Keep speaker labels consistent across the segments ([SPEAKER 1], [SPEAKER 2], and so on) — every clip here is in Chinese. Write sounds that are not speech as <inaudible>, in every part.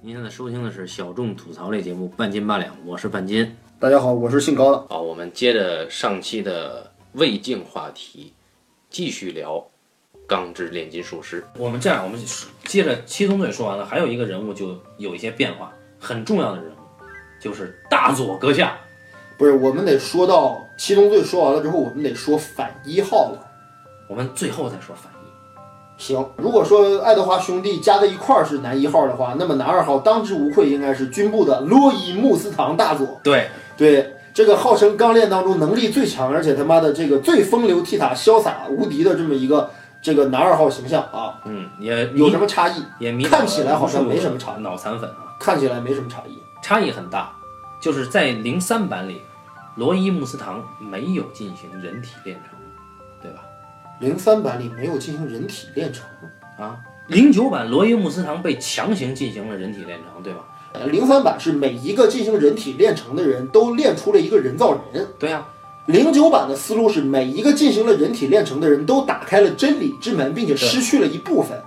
[SPEAKER 1] 您现在收听的是小众吐槽类节目《半斤八两》，我是半斤。
[SPEAKER 2] 大家好，我是姓高的。
[SPEAKER 1] 好，我们接着上期的胃镜话题，继续聊钢之炼金术师。我们这样，我们接着七宗罪说完了，还有一个人物就有一些变化，很重要的人物就是大佐阁下。
[SPEAKER 2] 不是，我们得说到七宗罪说完了之后，我们得说反一号了。
[SPEAKER 1] 我们最后再说反一，
[SPEAKER 2] 行，如果说爱德华兄弟加在一块儿是男一号的话，那么男二号当之无愧应该是军部的洛伊穆斯唐大佐。
[SPEAKER 1] 对，
[SPEAKER 2] 对，这个号称钢炼当中能力最强，而且他妈的这个最风流倜傥、潇洒无敌的这么一个这个男二号形象啊，
[SPEAKER 1] 嗯，也
[SPEAKER 2] 有什么差异？
[SPEAKER 1] 也迷
[SPEAKER 2] 看起来好像没什么差
[SPEAKER 1] 脑残粉啊，
[SPEAKER 2] 看起来没什么差异。
[SPEAKER 1] 差异很大，就是在零三版里，罗伊穆斯唐没有进行人体炼成，对吧？
[SPEAKER 2] 零三版里没有进行人体炼成，
[SPEAKER 1] 啊，零九版罗伊穆斯唐被强行进行了人体炼成，对吧？
[SPEAKER 2] 呃，零三版是每一个进行人体炼成的人都炼出了一个人造人。
[SPEAKER 1] 对啊呀、
[SPEAKER 2] 零九版的思路是，每一个进行了人体炼成的人都打开了真理之门，并且失去了一部分。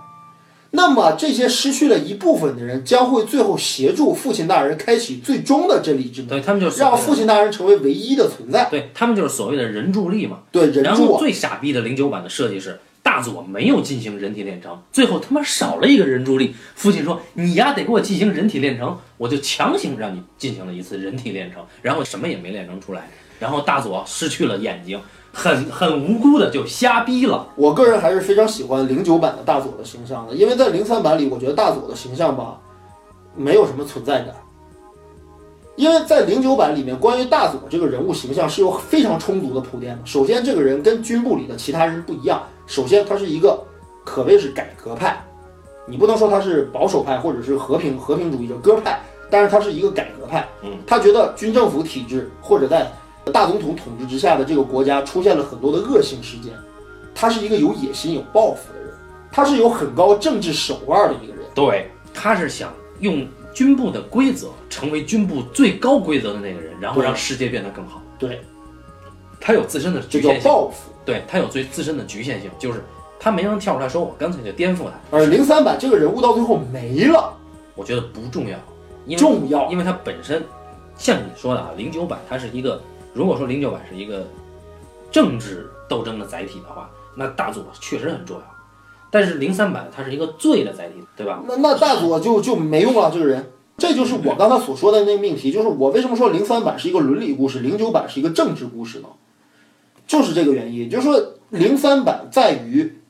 [SPEAKER 2] 那么，这些失去了一部分的人，将会最后协助父亲大人开启最终的真理之门，
[SPEAKER 1] 对他们就是所谓
[SPEAKER 2] 让
[SPEAKER 1] 的
[SPEAKER 2] 父亲大人成为唯一的存在。
[SPEAKER 1] 对他们就是所谓的人助力嘛。
[SPEAKER 2] 对人
[SPEAKER 1] 然
[SPEAKER 2] 助
[SPEAKER 1] 后
[SPEAKER 2] 啊，
[SPEAKER 1] 最傻逼的零九版的设计是，大佐没有进行人体炼成，最后他妈少了一个人助力。父亲说：“你呀得给我进行人体炼成。”我就强行让你进行了一次人体炼成，然后什么也没炼成出来，然后大佐失去了眼睛，很很无辜的就瞎逼了。
[SPEAKER 2] 我个人还是非常喜欢零九版的大佐的形象的，因为在零三版里，我觉得大佐的形象吧，没有什么存在感。因为在零九版里面，关于大佐这个人物形象是有非常充足的铺垫的。首先，这个人跟军部里的其他人不一样，首先他是一个可谓是改革派，你不能说他是保守派或者是和平和平主义者鸽派，但是他是一个改革派。
[SPEAKER 1] 嗯，
[SPEAKER 2] 他觉得军政府体制或者在大总统统治之下的这个国家出现了很多的恶性事件。他是一个有野心、有抱负的人，他是有很高政治手腕的一个人。
[SPEAKER 1] 对，他是想用军部的规则成为军部最高规则的那个人，然后
[SPEAKER 2] 对
[SPEAKER 1] 让世界变得更好。
[SPEAKER 2] 对，
[SPEAKER 1] 他有自身的
[SPEAKER 2] 这
[SPEAKER 1] 局
[SPEAKER 2] 叫
[SPEAKER 1] 限性，
[SPEAKER 2] 抱负。
[SPEAKER 1] 对他有最自身的局限性，就是他没能跳出来说，我干脆就颠覆他。
[SPEAKER 2] 而零三版这个人物到最后没了，
[SPEAKER 1] 我觉得不重要，因为
[SPEAKER 2] 重要。
[SPEAKER 1] 因为它本身像你说的啊，零九版它是一个，如果说零九版是一个政治斗争的载体的话，那大佐确实很重要。但是零三版它是一个罪的载体，对吧？
[SPEAKER 2] 那那大佐就就没用了，这个人。这就是我刚才所说的那个命题，就是我为什么说零三版是一个伦理故事，零九版是一个政治故事呢？就是这个原因，也就是说零三版在于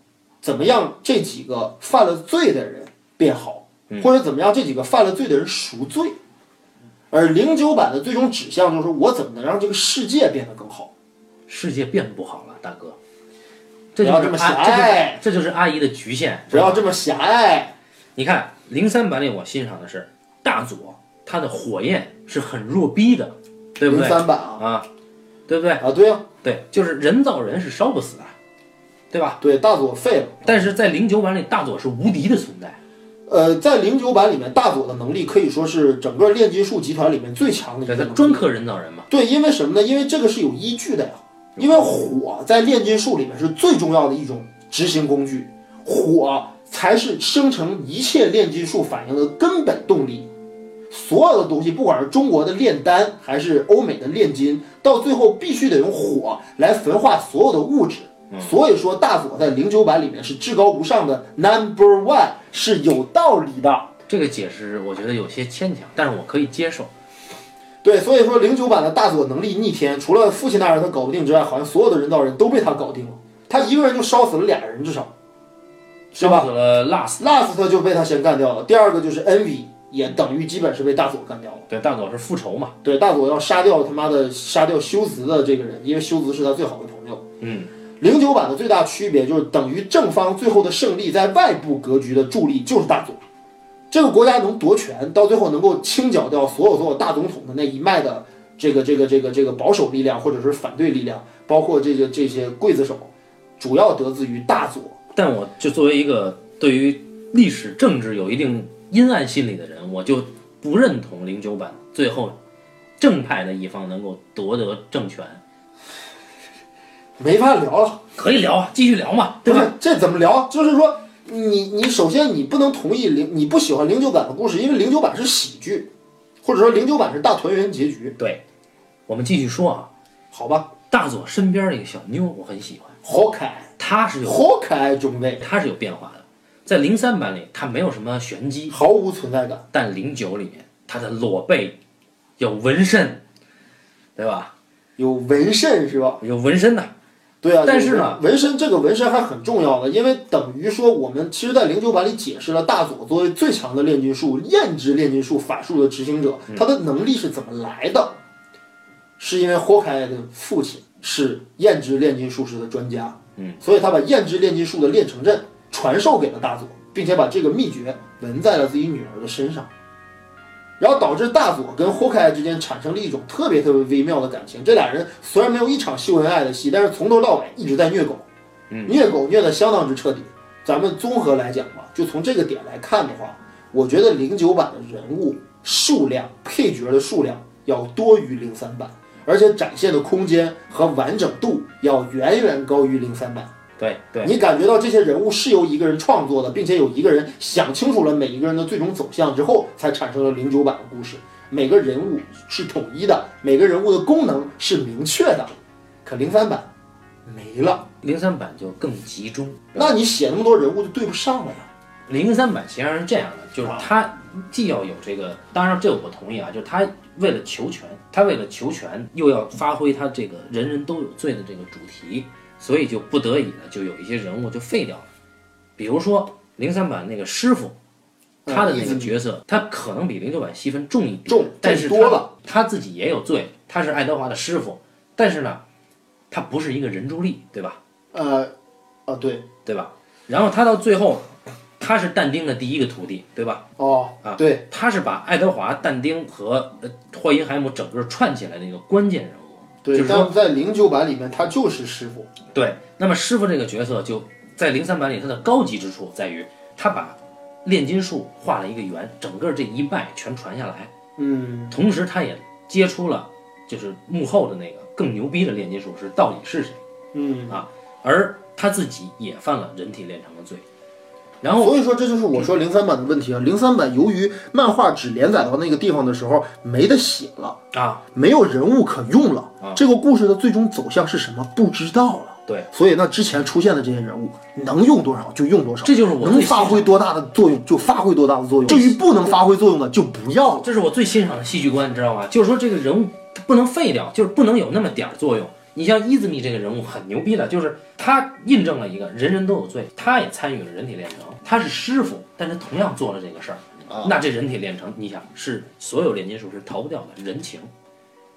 [SPEAKER 2] 怎么样这几个犯了罪的人变好，
[SPEAKER 1] 嗯
[SPEAKER 2] 或者怎么样这几个犯了罪的人赎罪。而零九版的最终指向就是我怎么能让这个世界变得更好。
[SPEAKER 1] 世界变不好了，大哥，这
[SPEAKER 2] 不要
[SPEAKER 1] 就是
[SPEAKER 2] 这么
[SPEAKER 1] 阿，这就
[SPEAKER 2] 狭
[SPEAKER 1] 是
[SPEAKER 2] 隘
[SPEAKER 1] 这就是阿姨的局限。
[SPEAKER 2] 不要这么狭隘，
[SPEAKER 1] 你看零三版里，我欣赏的是大佐，他的火焰是很弱逼的，对不
[SPEAKER 2] 零
[SPEAKER 1] 对
[SPEAKER 2] 三版啊
[SPEAKER 1] 啊？对不对？
[SPEAKER 2] 啊，对啊，
[SPEAKER 1] 对，就是人造人是烧不死的，对吧？
[SPEAKER 2] 对大佐废了。
[SPEAKER 1] 但是在零九版里，大佐是无敌的存在。
[SPEAKER 2] 呃，在零九版里面，大佐的能力可以说是整个炼金术集团里面最强的一个
[SPEAKER 1] 对，他
[SPEAKER 2] 能力
[SPEAKER 1] 专克人造人嘛。
[SPEAKER 2] 对，因为什么呢？因为这个是有依据的呀。因为火在炼金术里面是最重要的一种执行工具，火才是生成一切炼金术反应的根本动力。所有的东西，不管是中国的炼丹还是欧美的炼金，到最后必须得用火来焚化所有的物质。所以说，大佐在零九版里面是至高无上的 number one，是有道理的。
[SPEAKER 1] 这个解释我觉得有些牵强，但是我可以接受。
[SPEAKER 2] 对，所以说零九版的大佐能力逆天，除了父亲大人他搞不定之外，好像所有的人造人都被他搞定了。他一个人就烧死了俩人，至少是吧
[SPEAKER 1] 烧死了 last，
[SPEAKER 2] last 他就被他先干掉了。第二个就是 envy，也等于基本是被大佐干掉了。
[SPEAKER 1] 对，大佐是复仇嘛。
[SPEAKER 2] 对，大佐要杀掉他妈的杀掉修兹的这个人，因为修兹是他最好的朋友。
[SPEAKER 1] 嗯，
[SPEAKER 2] 零九版的最大区别就是等于正方最后的胜利在外部格局的助力就是大佐，这个国家能夺权，到最后能够清剿掉所有所有大总统的那一脉的这个这个这个这个保守力量或者是反对力量，包括这个这些刽子手，主要得自于大佐。
[SPEAKER 1] 但我就作为一个对于历史政治有一定阴暗心理的人，我就不认同零九版最后正派的一方能够夺得政权。
[SPEAKER 2] 没法聊了，
[SPEAKER 1] 可以聊啊，继续聊嘛，
[SPEAKER 2] 不
[SPEAKER 1] 对
[SPEAKER 2] 是
[SPEAKER 1] 吧？
[SPEAKER 2] 这怎么聊？就是说你你首先你不能同意零，你不喜欢零九版的故事，因为零九版是喜剧，或者说零九版是大团圆结局，
[SPEAKER 1] 对，我们继续说啊，
[SPEAKER 2] 好吧？
[SPEAKER 1] 大佐身边这个小妞，我很喜欢，
[SPEAKER 2] 好可爱，
[SPEAKER 1] 她是有
[SPEAKER 2] 好可爱中尉，
[SPEAKER 1] 她是有变化的，在零三版里她没有什么玄机，
[SPEAKER 2] 毫无存在感。
[SPEAKER 1] 但零九里面她的裸背有纹身，对吧？
[SPEAKER 2] 有纹身是吧？
[SPEAKER 1] 有纹身的，
[SPEAKER 2] 对啊，
[SPEAKER 1] 但
[SPEAKER 2] 有
[SPEAKER 1] 是呢
[SPEAKER 2] 纹身这个纹身还很重要的，因为等于说我们其实，在零九版里解释了大佐作为最强的炼金术、验制炼金术法术的执行者，
[SPEAKER 1] 嗯
[SPEAKER 2] 他的能力是怎么来的？是因为霍开的父亲是验制炼金术师的专家，
[SPEAKER 1] 嗯，
[SPEAKER 2] 所以他把验制炼金术的炼成阵传授给了大佐，并且把这个秘诀纹在了自己女儿的身上。然后导致大佐跟霍开之间产生了一种特别特别微妙的感情。这俩人虽然没有一场秀恩爱的戏，但是从头到尾一直在虐狗，
[SPEAKER 1] 嗯
[SPEAKER 2] 虐狗虐得相当之彻底。咱们综合来讲吧，就从这个点来看的话，我觉得零九版的人物数量、配角的数量要多于零三版，而且展现的空间和完整度要远远高于零三版。
[SPEAKER 1] 对对，
[SPEAKER 2] 你感觉到这些人物是由一个人创作的，并且有一个人想清楚了每一个人的最终走向之后，才产生了零九版的故事。每个人物是统一的，每个人物的功能是明确的。可零三版没了，
[SPEAKER 1] 零三版就更集中。
[SPEAKER 2] 那你写那么多人物就对不上了呀。
[SPEAKER 1] 零三版实际上是这样的，
[SPEAKER 2] 啊
[SPEAKER 1] 就是他既要有这个，当然这我同意啊，就是他为了求全，他为了求全又要发挥他这个人人都有罪的这个主题，所以就不得已呢，就有一些人物就废掉了，比如说零三版那个师傅。
[SPEAKER 2] 嗯
[SPEAKER 1] 他的那
[SPEAKER 2] 伊
[SPEAKER 1] 个
[SPEAKER 2] 兹
[SPEAKER 1] 角色，他可能比零九版戏份重一点，
[SPEAKER 2] 重
[SPEAKER 1] 但是
[SPEAKER 2] 重多
[SPEAKER 1] 他
[SPEAKER 2] 了，
[SPEAKER 1] 他自己也有罪，他是爱德华的师傅，但是呢，他不是一个人助力，对吧？
[SPEAKER 2] 呃，啊对，
[SPEAKER 1] 对吧？然后他到最后，他是但丁的第一个徒弟，对吧？
[SPEAKER 2] 哦
[SPEAKER 1] 啊
[SPEAKER 2] 对，
[SPEAKER 1] 他是把爱德华、但丁和呃霍因海姆整个串起来的一个关键人物。
[SPEAKER 2] 对
[SPEAKER 1] 就，是说
[SPEAKER 2] 但是在零九版里面他就是师傅，
[SPEAKER 1] 对，那么师傅这个角色就在零三版里，他的高级之处在于他把炼金术画了一个圆，整个这一脉全传下来。
[SPEAKER 2] 嗯，
[SPEAKER 1] 同时，他也接触了就是幕后的那个更牛逼的炼金术师到底是谁，啊
[SPEAKER 2] 嗯
[SPEAKER 1] 而他自己也犯了人体炼成的罪。然后
[SPEAKER 2] 所以说这就是我说零三版的问题啊。零三版由于漫画只连载到那个地方的时候没得写了。
[SPEAKER 1] 啊，
[SPEAKER 2] 没有人物可用了，这个故事的最终走向是什么不知道了。
[SPEAKER 1] 对，
[SPEAKER 2] 所以那之前出现的这些人物能用多少就用多少，
[SPEAKER 1] 这就是我
[SPEAKER 2] 能
[SPEAKER 1] 最欣
[SPEAKER 2] 发挥多大的作用就发挥多大的作用，至于不能发挥作用的就不要了。
[SPEAKER 1] 这是我最欣赏的戏剧观，你知道吗？就是说这个人物他不能废掉，就是不能有那么点儿作用。你像伊兹密这个人物很牛逼的，就是他印证了一个人人都有罪，他也参与了人体炼成，他是师傅，但是同样做了这个事儿。那这人体炼成，你想是所有炼金术是逃不掉的人情，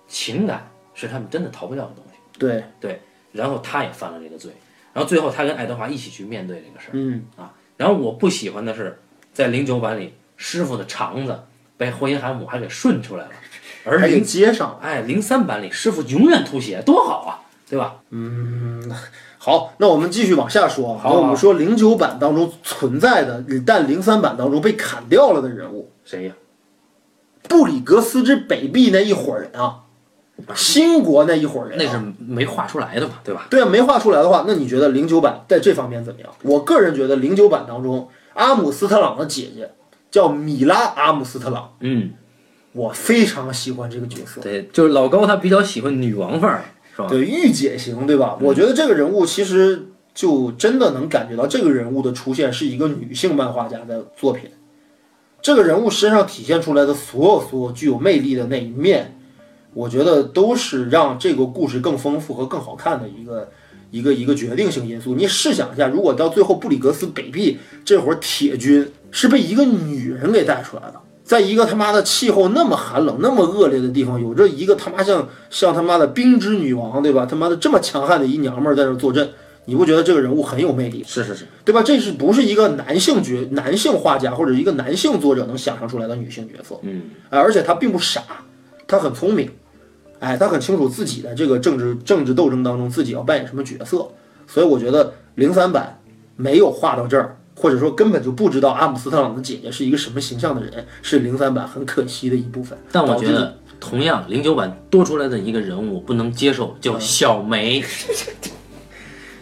[SPEAKER 1] 情感是他们真的逃不掉的东西。
[SPEAKER 2] 对，
[SPEAKER 1] 对，然后他也犯了这个罪，然后最后他跟爱德华一起去面对这个事儿。
[SPEAKER 2] 嗯，
[SPEAKER 1] 啊。然后我不喜欢的是，在零九版里，师傅的肠子被霍因海姆还给顺出来了，而
[SPEAKER 2] 还给
[SPEAKER 1] 零
[SPEAKER 2] 接上了。
[SPEAKER 1] 哎零三版里，师傅永远吐血，多好啊，对吧？
[SPEAKER 2] 好，那我们继续往下说啊。
[SPEAKER 1] 好
[SPEAKER 2] 那
[SPEAKER 1] 啊
[SPEAKER 2] 我们说零九版当中存在的，但零三版当中被砍掉了的人物，
[SPEAKER 1] 谁呀、
[SPEAKER 2] 布里格斯之北壁那一伙人啊，新国那一伙人、啊，
[SPEAKER 1] 那是没画出来的嘛，对吧？
[SPEAKER 2] 对啊，没画出来的话，那你觉得零九版在这方面怎么样？我个人觉得零九版当中，阿姆斯特朗的姐姐叫米拉·阿姆斯特朗，
[SPEAKER 1] 嗯，
[SPEAKER 2] 我非常喜欢这个角色。
[SPEAKER 1] 对，就是老高他比较喜欢女王范儿，是吧？
[SPEAKER 2] 对，御姐型，对吧？我觉得这个人物其实就真的能感觉到，这个人物的出现是一个女性漫画家的作品。这个人物身上体现出来的所有所有具有魅力的那一面，我觉得都是让这个故事更丰富和更好看的一个一个一个决定性因素。你试想一下，如果到最后布里格斯北壁这伙铁军是被一个女人给带出来的，在一个他妈的气候那么寒冷、那么恶劣的地方，有着一个他妈像像他妈的冰之女王，对吧？他妈的这么强悍的一娘们儿在这坐镇，你不觉得这个人物很有魅力吗？
[SPEAKER 1] 是是是，
[SPEAKER 2] 对吧？这是不是一个男性角、男性画家或者一个男性作者能想象出来的女性角色？
[SPEAKER 1] 嗯，
[SPEAKER 2] 哎，而且他并不傻，他很聪明，哎，他很清楚自己在这个政治政治斗争当中自己要扮演什么角色，所以我觉得零三版没有画到这儿，或者说根本就不知道阿姆斯特朗的姐姐是一个什么形象的人，是零三版很可惜的一部分。
[SPEAKER 1] 但我觉
[SPEAKER 2] 导致
[SPEAKER 1] 得同样零九版多出来的一个人物不能接受，叫小梅。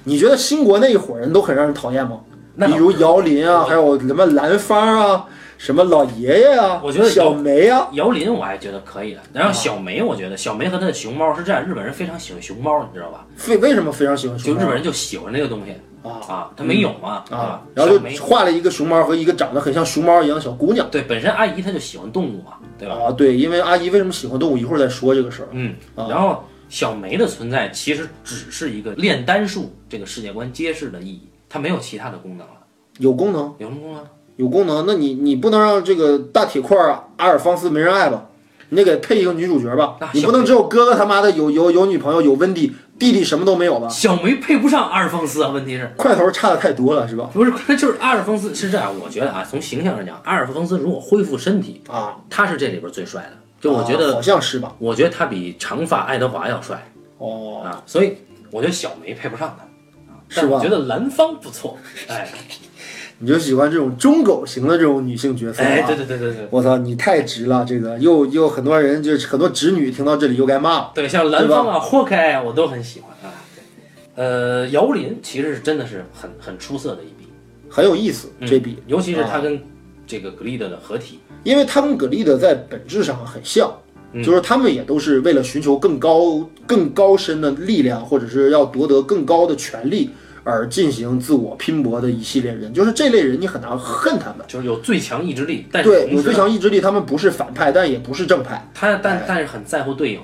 [SPEAKER 2] 你，你觉得新国那一伙人都很让人讨厌吗？
[SPEAKER 1] 那
[SPEAKER 2] 比如姚林啊，还有什么兰芳啊，什么老爷爷啊，
[SPEAKER 1] 我觉得有
[SPEAKER 2] 小梅啊，
[SPEAKER 1] <laughs> 姚林我还觉得可以的，然后小梅，我觉得小梅和她的熊猫是这样，日本人非常喜欢熊猫，你知道吧？
[SPEAKER 2] 非为什么非常喜欢
[SPEAKER 1] 就
[SPEAKER 2] 熊
[SPEAKER 1] 日
[SPEAKER 2] 猫
[SPEAKER 1] 本人就喜欢这个东西
[SPEAKER 2] 啊
[SPEAKER 1] 啊，他没有嘛
[SPEAKER 2] 啊？然
[SPEAKER 1] 小
[SPEAKER 2] 后
[SPEAKER 1] 梅
[SPEAKER 2] 就画了一个熊猫和一个长得很像熊猫一样的小姑娘
[SPEAKER 1] 对，本身阿姨她就喜欢动物嘛，对吧？
[SPEAKER 2] 啊，对，因为阿姨为什么喜欢动物，一会儿再说这个事儿。
[SPEAKER 1] 嗯，
[SPEAKER 2] 啊
[SPEAKER 1] 然后小梅的存在其实只是一个炼丹术这个世界观揭示的意义，它没有其他的功能了，
[SPEAKER 2] 有功能，
[SPEAKER 1] 有什么功能？啊
[SPEAKER 2] 有功能，那你你不能让这个大铁块儿啊阿尔方斯没人爱吧？你得给配一个女主角吧
[SPEAKER 1] 那小？
[SPEAKER 2] 你不能只有哥哥他妈的有有有女朋友有温蒂，弟弟什么都没有吧？
[SPEAKER 1] 小梅配不上阿尔丰斯啊，问题是。
[SPEAKER 2] 块头差的太多了是吧？
[SPEAKER 1] 不是， <laughs> 就是阿尔丰斯是这样，我觉得啊，从形象上讲，阿尔丰斯如果恢复身体，
[SPEAKER 2] 啊，
[SPEAKER 1] 他是这里边最帅的。就我觉
[SPEAKER 2] 啊
[SPEAKER 1] 得，
[SPEAKER 2] 好像是吧？
[SPEAKER 1] 我觉得他比长发爱德华要帅
[SPEAKER 2] 哦，
[SPEAKER 1] 啊，所以我觉得小梅配不上他。啊
[SPEAKER 2] 是吧
[SPEAKER 1] 但我觉得兰芳不
[SPEAKER 2] <laughs>
[SPEAKER 1] 错，哎
[SPEAKER 2] 你就喜欢这种忠狗型的这种女性角色、啊？
[SPEAKER 1] 哎，对对对对对
[SPEAKER 2] 我操，你太直了，这个又又很多人就是很多直女听到这里又该骂了。
[SPEAKER 1] 对，像兰芳啊、霍开啊，我都很喜欢啊。对呃，姚林其实是真的是很很出色的一笔，
[SPEAKER 2] 很有意思
[SPEAKER 1] 嗯
[SPEAKER 2] 这笔，啊
[SPEAKER 1] 尤其是他跟这个格丽德的合体，
[SPEAKER 2] 因为他跟格力的在本质上很像，
[SPEAKER 1] 嗯
[SPEAKER 2] 就是他们也都是为了寻求更高、更高深的力量，或者是要夺得更高的权利而进行自我拼搏的一系列人。就是这类人，你很难恨他们。
[SPEAKER 1] 就是有最强意志力，但哎是
[SPEAKER 2] 对，
[SPEAKER 1] 同
[SPEAKER 2] 有最
[SPEAKER 1] 时呢
[SPEAKER 2] 强哎意志力，他们不是反派，但也不是正派。
[SPEAKER 1] 他但但是很在乎队友，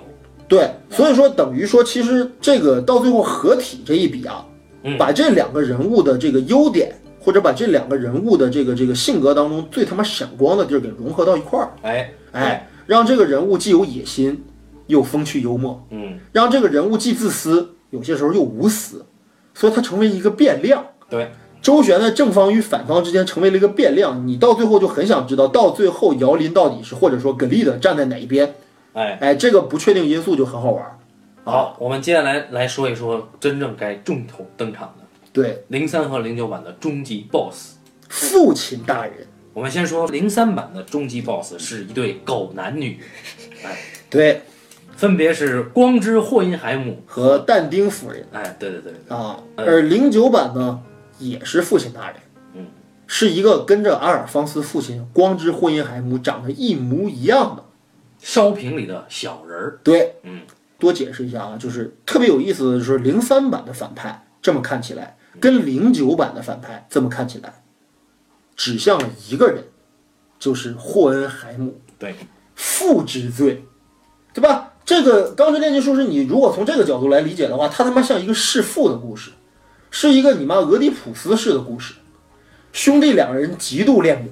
[SPEAKER 2] 对，
[SPEAKER 1] 嗯
[SPEAKER 2] 所以说等于说，其实这个到最后合体这一笔啊，
[SPEAKER 1] 嗯
[SPEAKER 2] 把这两个人物的这个优点，或者把这两个人物的这个这个性格当中最他妈闪光的地儿给融合到一块儿。
[SPEAKER 1] 哎
[SPEAKER 2] 哎，让这个人物既有野心，又风趣幽默，
[SPEAKER 1] 嗯，
[SPEAKER 2] 让这个人物既自私，有些时候又无私，所以他成为一个变量。
[SPEAKER 1] 对，
[SPEAKER 2] 周旋在正方与反方之间成为了一个变量，你到最后就很想知道，到最后姚林到底是或者说格力的站在哪一边？
[SPEAKER 1] 哎。
[SPEAKER 2] 哎，这个不确定因素就很好玩儿。
[SPEAKER 1] 好，我们接下来来说一说真正该重头登场的
[SPEAKER 2] 对，
[SPEAKER 1] 零三和零九版的终极 BOSS。
[SPEAKER 2] 父亲大人，
[SPEAKER 1] 我们先说零三版的终极 BOSS 是一对狗男女，
[SPEAKER 2] 对，
[SPEAKER 1] 分别是光之霍因海姆
[SPEAKER 2] 和但丁夫人
[SPEAKER 1] 哎，对对对对，
[SPEAKER 2] 啊，
[SPEAKER 1] 嗯
[SPEAKER 2] 而零九版呢也是父亲大人，
[SPEAKER 1] 嗯，
[SPEAKER 2] 是一个跟着阿尔方斯父亲光之霍因海姆长得一模一样的。
[SPEAKER 1] 烧瓶里的小人儿，
[SPEAKER 2] 对，
[SPEAKER 1] 嗯，
[SPEAKER 2] 多解释一下啊，就是特别有意思的就是零三版的反派这么看起来，跟零九版的反派这么看起来，指向了一个人，就是霍恩海姆
[SPEAKER 1] 对，
[SPEAKER 2] 父之罪，对吧？这个《钢之炼金术士》，你如果从这个角度来理解的话，它他妈像一个弑父的故事，是一个你妈俄狄浦斯式的故事，兄弟两人极度恋母，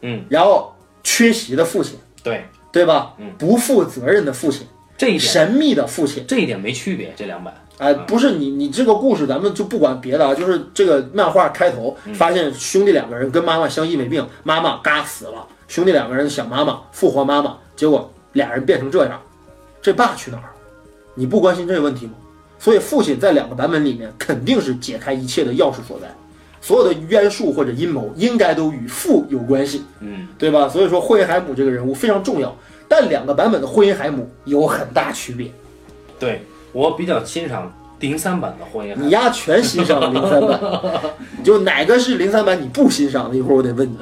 [SPEAKER 1] 嗯，
[SPEAKER 2] 然后缺席的父亲，
[SPEAKER 1] 对，
[SPEAKER 2] 对吧？
[SPEAKER 1] 嗯，
[SPEAKER 2] 不负责任的父亲，
[SPEAKER 1] 这一点
[SPEAKER 2] 神秘的父亲。
[SPEAKER 1] 这一点没区别，这两版，
[SPEAKER 2] 哎，不是你，你这个故事咱们就不管别的啊，就是这个漫画开头发现兄弟两个人跟妈妈相依为命，妈妈嘎死了，兄弟两个人想妈妈复活妈妈，结果俩人变成这样，这爸去哪儿？你不关心这个问题吗？所以父亲在两个版本里面肯定是解开一切的钥匙所在，所有的冤术或者阴谋应该都与父有关系，
[SPEAKER 1] 嗯，
[SPEAKER 2] 对吧？所以说霍因海姆这个人物非常重要，但两个版本的霍因海姆有很大区别。
[SPEAKER 1] 对我比较欣赏零三版的霍因海
[SPEAKER 2] 你
[SPEAKER 1] 姆，
[SPEAKER 2] 丫全欣赏了零三版，就哪个是零三版你不欣赏的？一会儿我得问你。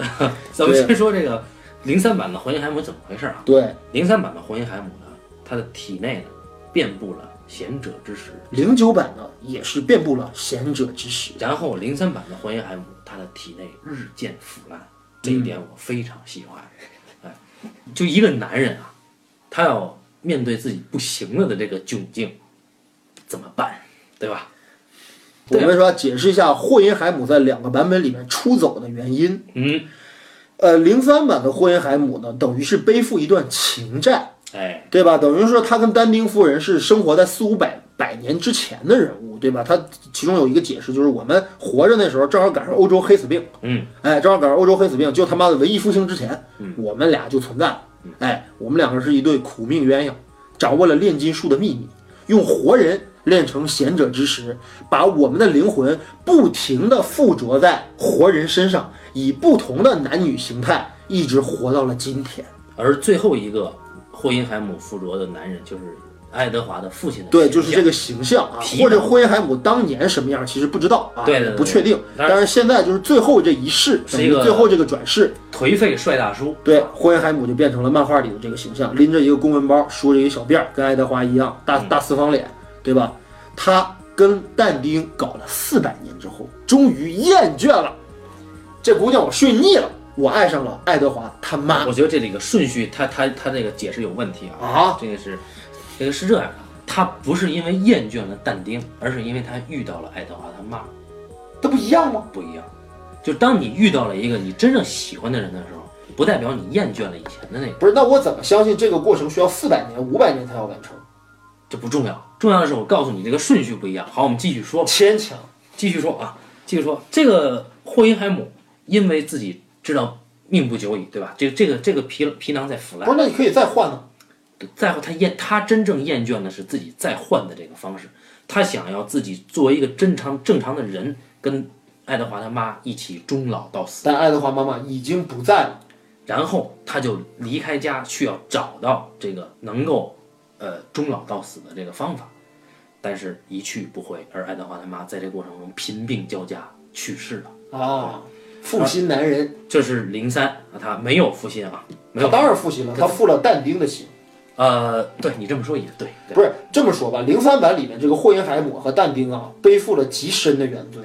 [SPEAKER 1] 咱们
[SPEAKER 2] 对
[SPEAKER 1] 先说这个零三版的霍因海姆怎么回事啊？
[SPEAKER 2] 对，
[SPEAKER 1] 零三版的霍因海姆呢，他的体内呢遍布了贤者之石，
[SPEAKER 2] 零九版呢也是遍布了贤者之石。
[SPEAKER 1] 然后零三版的霍因海姆，他的体内
[SPEAKER 2] 嗯
[SPEAKER 1] 日渐腐烂，这一点我非常喜欢。哎，就一个男人啊，他要面对自己不行了的这个窘境，怎么办？对吧？
[SPEAKER 2] 我
[SPEAKER 1] 对
[SPEAKER 2] 们说解释一下霍因海姆在两个版本里面出走的原因。
[SPEAKER 1] 嗯，
[SPEAKER 2] 呃，零三版的霍因海姆呢，等于是背负一段情债，
[SPEAKER 1] 哎，
[SPEAKER 2] 对吧？等于说他跟丹丁夫人是生活在四五百百年之前的人物，对吧？他其中有一个解释就是我们活着那时候正好赶上欧洲黑死病，
[SPEAKER 1] 嗯，
[SPEAKER 2] 哎，正好赶上欧洲黑死病，就他妈的文艺复兴之前，我们俩就存在了。哎，我们两个是一对苦命鸳鸯，掌握了炼金术的秘密，用活人炼成贤者之石，把我们的灵魂不停地附着在活人身上，以不同的男女形态，一直活到了今天。
[SPEAKER 1] 而最后一个霍因海姆附着的男人就是爱德华的父亲的
[SPEAKER 2] 对，就是
[SPEAKER 1] 形
[SPEAKER 2] 这
[SPEAKER 1] 象
[SPEAKER 2] 个形象啊，
[SPEAKER 1] 皮囊
[SPEAKER 2] 或者霍因海姆当年什么样，其实不知道啊，
[SPEAKER 1] 对对对
[SPEAKER 2] 不确定。
[SPEAKER 1] 当然
[SPEAKER 2] 但是现在就是最后这一世，
[SPEAKER 1] 是
[SPEAKER 2] 等
[SPEAKER 1] 一
[SPEAKER 2] 于
[SPEAKER 1] 个啊
[SPEAKER 2] 最后这个转世，
[SPEAKER 1] 颓废帅大叔，
[SPEAKER 2] 对，霍因海姆就变成了漫画里的这个形象，拎着一个公文包，梳着一个小辫儿，跟爱德华一样，大
[SPEAKER 1] 嗯
[SPEAKER 2] 大四方脸，对吧？他跟但丁搞了四百年之后，终于厌倦了，这姑娘我睡腻了，我爱上了爱德华他妈
[SPEAKER 1] 我觉得这里个顺序，他他他这个解释有问题啊，
[SPEAKER 2] 啊！
[SPEAKER 1] 这个是这个是这样的，他不是因为厌倦了但丁，而是因为他遇到了爱德华他妈，
[SPEAKER 2] 这不一样吗？
[SPEAKER 1] 不一样。就当你遇到了一个你真正喜欢的人的时候，不代表你厌倦了以前的那个，
[SPEAKER 2] 不是，那我怎么相信这个过程需要四百年、五百年才要完成？
[SPEAKER 1] 这不重要。重要的是我告诉你这个顺序不一样。好，我们继续说吧，
[SPEAKER 2] 牵强。
[SPEAKER 1] 继续说啊，继续说。这个霍因海姆因为自己知道命不久矣，对吧？这个这个这个皮皮囊在腐烂
[SPEAKER 2] 不，是，那你可以再换呢。
[SPEAKER 1] 在乎他厌，他真正厌倦的是自己再换的这个方式。他想要自己作为一个正常正常的人，跟爱德华他妈一起终老到死。
[SPEAKER 2] 但爱德华妈妈已经不在了，
[SPEAKER 1] 然后他就离开家，去要找到这个能够呃终老到死的这个方法。但是，一去不回。而爱德华他妈在这过程中贫病交加去世了。
[SPEAKER 2] 啊，负心男人，
[SPEAKER 1] 这是零三啊，他没有负心啊，没
[SPEAKER 2] 他
[SPEAKER 1] 有。
[SPEAKER 2] 当然负心了，他负了但丁的心。
[SPEAKER 1] 呃，对你这么说也对，对
[SPEAKER 2] 不是这么说吧？零三版里面这个霍因海姆和但丁啊，背负了极深的原罪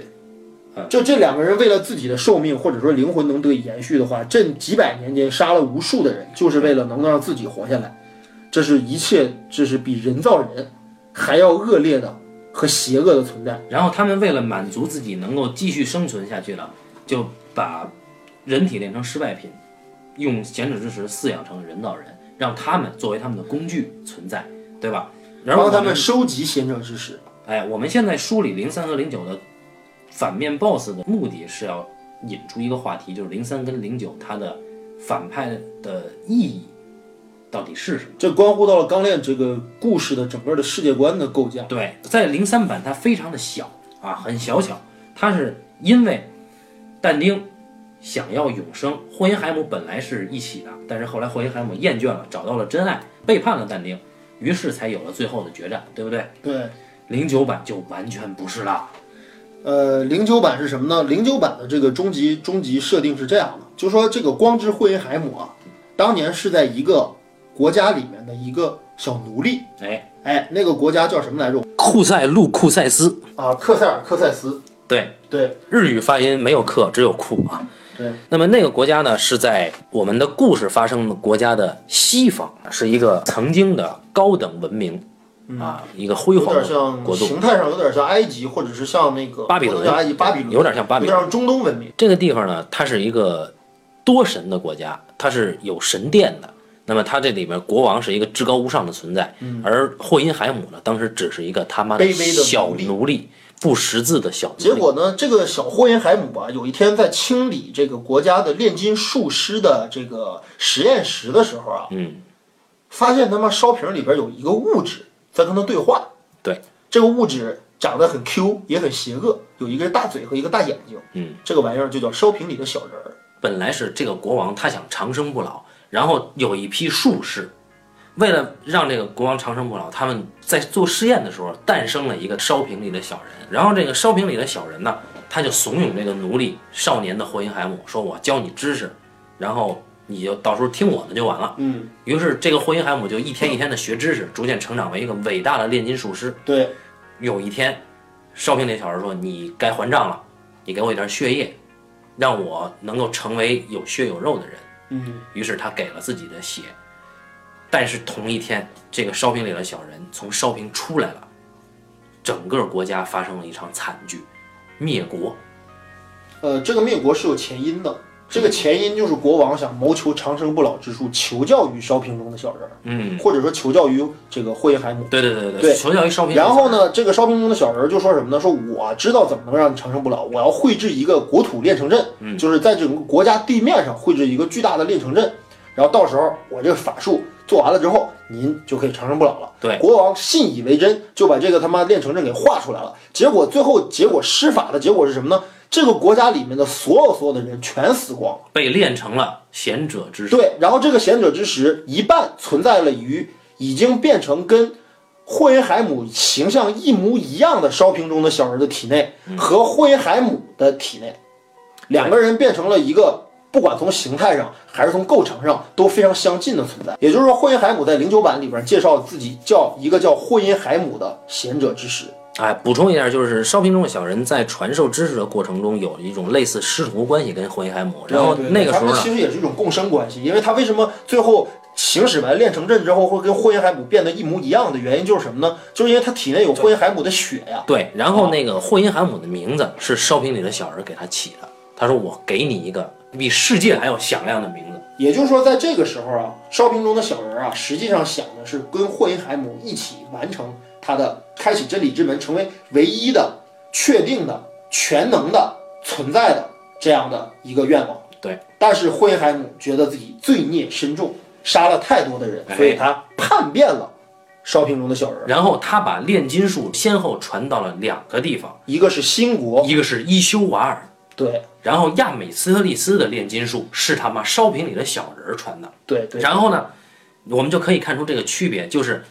[SPEAKER 1] 嗯。
[SPEAKER 2] 就这两个人为了自己的寿命或者说灵魂能得以延续的话，这几百年间杀了无数的人，就是为了能够让自己活下来。这是一切，这是比人造人还要恶劣的和邪恶的存在。
[SPEAKER 1] 然后他们为了满足自己能够继续生存下去了，就把人体炼成失败品，用闲置之石饲养成人造人，让他们作为他们的工具存在，对吧？然后
[SPEAKER 2] 帮
[SPEAKER 1] 我
[SPEAKER 2] 他们，收集贤者之石。
[SPEAKER 1] 哎，我们现在梳理零三和零九的反面 BOSS 的目的是要引出一个话题，就是零三跟零九它的反派的意义到底是什么？
[SPEAKER 2] 这关乎到了《钢炼》这个故事的整个的世界观的构架。
[SPEAKER 1] 对，在零三版它非常的小啊，很小巧。它是因为但丁想要永生，霍因海姆本来是一起的，但是后来霍因海姆厌倦了，找到了真爱，背叛了但丁，于是才有了最后的决战，对不对？
[SPEAKER 2] 对，
[SPEAKER 1] 零九版就完全不是了，
[SPEAKER 2] 呃，零九版是什么呢？零九版的这个终极终极设定是这样的，就说这个光之霍因海姆啊，当年是在一个国家里面的一个小奴隶，
[SPEAKER 1] 哎，
[SPEAKER 2] 哎，那个国家叫什么来着？
[SPEAKER 1] 库塞路库塞斯，
[SPEAKER 2] 啊，克塞尔克塞斯。
[SPEAKER 1] 对，
[SPEAKER 2] 对
[SPEAKER 1] 日语发音没有克，只有库啊。
[SPEAKER 2] 对，
[SPEAKER 1] 那么那个国家呢，是在我们的故事发生的国家的西方，是一个曾经的高等文明，啊，一个辉
[SPEAKER 2] 有
[SPEAKER 1] 煌
[SPEAKER 2] 点
[SPEAKER 1] 的
[SPEAKER 2] 像
[SPEAKER 1] 国度。
[SPEAKER 2] 形态上嗯有点像埃及，或者是像那个
[SPEAKER 1] 巴比伦
[SPEAKER 2] 不能叫埃及巴比伦
[SPEAKER 1] 有点像巴比伦
[SPEAKER 2] 有点像中东文明。
[SPEAKER 1] 这个地方呢，它是一个多神的国家，它是有神殿的。那么它这里面国王是一个至高无上的存在，而霍因海姆呢，当时只是一个他妈
[SPEAKER 2] 嗯卑微的
[SPEAKER 1] 小
[SPEAKER 2] 奴隶
[SPEAKER 1] 奴隶，不识字的小奴隶。
[SPEAKER 2] 结果呢，这个小霍因海姆啊，有一天在清理这个国家的炼金术师的这个实验室的时候啊，
[SPEAKER 1] 嗯，
[SPEAKER 2] 发现他妈烧瓶里边有一个物质在跟他对话。
[SPEAKER 1] 对，
[SPEAKER 2] 这个物质长得很 Q，也很邪恶，有一个大嘴和一个大眼睛。
[SPEAKER 1] 嗯，
[SPEAKER 2] 这个玩意儿就叫烧瓶里的小人儿。
[SPEAKER 1] 本来是这个国王他想长生不老，然后有一批术士，为了让这个国王长生不老，他们在做试验的时候诞生了一个烧瓶里的小人。然后这个烧瓶里的小人呢，他就怂恿这个奴隶少年的霍因海姆说：“我教你知识，然后你就到时候听我的就完了。”
[SPEAKER 2] 嗯，
[SPEAKER 1] 于是这个霍因海姆就一天一天的学知识，逐渐成长为一个伟大的炼金术师。
[SPEAKER 2] 对，
[SPEAKER 1] 有一天，烧瓶那小人说：“你该还账了，你给我一点血液，让我能够成为有血有肉的人。
[SPEAKER 2] 嗯，”
[SPEAKER 1] 于是他给了自己的血，但是同一天，这个烧瓶里的小人从烧瓶出来了，整个国家发生了一场惨剧，灭国。
[SPEAKER 2] 呃，这个灭国是有前因的。这个前因就是国王想谋求长生不老之术，求教于烧瓶中的小人儿，
[SPEAKER 1] 嗯，
[SPEAKER 2] 或者说求教于这个霍因海姆。
[SPEAKER 1] 对对对
[SPEAKER 2] 对
[SPEAKER 1] 求教于烧瓶。
[SPEAKER 2] 然后？呢，这个烧瓶中的小人儿就说什么呢？说我知道怎么能让你长生不老，我要绘制一个国土炼成阵，
[SPEAKER 1] 嗯
[SPEAKER 2] 就是在整个国家地面上绘制一个巨大的炼成阵，然后到时候我这个法术做完了之后，您就可以长生不老了。
[SPEAKER 1] 对
[SPEAKER 2] 国王信以为真，就把这个他妈炼成阵给画出来了。结果最后结果施法的结果是什么呢？这个国家里面的所有所有的人全死光了。
[SPEAKER 1] 被炼成了贤者之石。
[SPEAKER 2] 对，然后这个贤者之石一半存在了于已经变成跟霍因海姆形象一模一样的烧瓶中的小人的体内和霍因海姆的体内，两个人变成了一个不管从形态上还是从构成上都非常相近的存在。也就是说，霍因海姆在零九版里边介绍自己叫一个叫霍因海姆的贤者之石。
[SPEAKER 1] 哎，补充一下，就是烧瓶中的小人在传授知识的过程中，有一种类似师徒关系跟霍伊海姆。然后
[SPEAKER 2] 对对
[SPEAKER 1] 那个时
[SPEAKER 2] 他
[SPEAKER 1] 候
[SPEAKER 2] 们
[SPEAKER 1] 呢，
[SPEAKER 2] 其实也是一种共生关系，因为他为什么最后行使完炼成阵之后会跟霍因海姆变得一模一样的原因就是什么呢？就是因为他体内有霍因海姆的血呀。
[SPEAKER 1] 对，然后那个霍因海姆的名字是烧瓶里的小人给他起的。他说：“我给你一个比世界还要响亮的名字。
[SPEAKER 2] 也就是说，在这个时候啊，烧瓶中的小人啊，实际上想的是跟霍因海姆一起完成他的开启真理之门，成为唯一的、确定的、全能的存在的这样的一个愿望。
[SPEAKER 1] 对，
[SPEAKER 2] 但是霍因海姆觉得自己罪孽深重，杀了太多的人
[SPEAKER 1] 哎，
[SPEAKER 2] 所以他叛变了烧瓶中的小人”。
[SPEAKER 1] 然后他把炼金术先后传到了两个地方，
[SPEAKER 2] 一个是新国，
[SPEAKER 1] 一个是伊修瓦尔，
[SPEAKER 2] 对
[SPEAKER 1] 然后亚美斯特利斯的炼金术是他妈烧瓶里的小人儿传的。
[SPEAKER 2] 对对，
[SPEAKER 1] 然后呢，我们就可以看出这个区别，就是，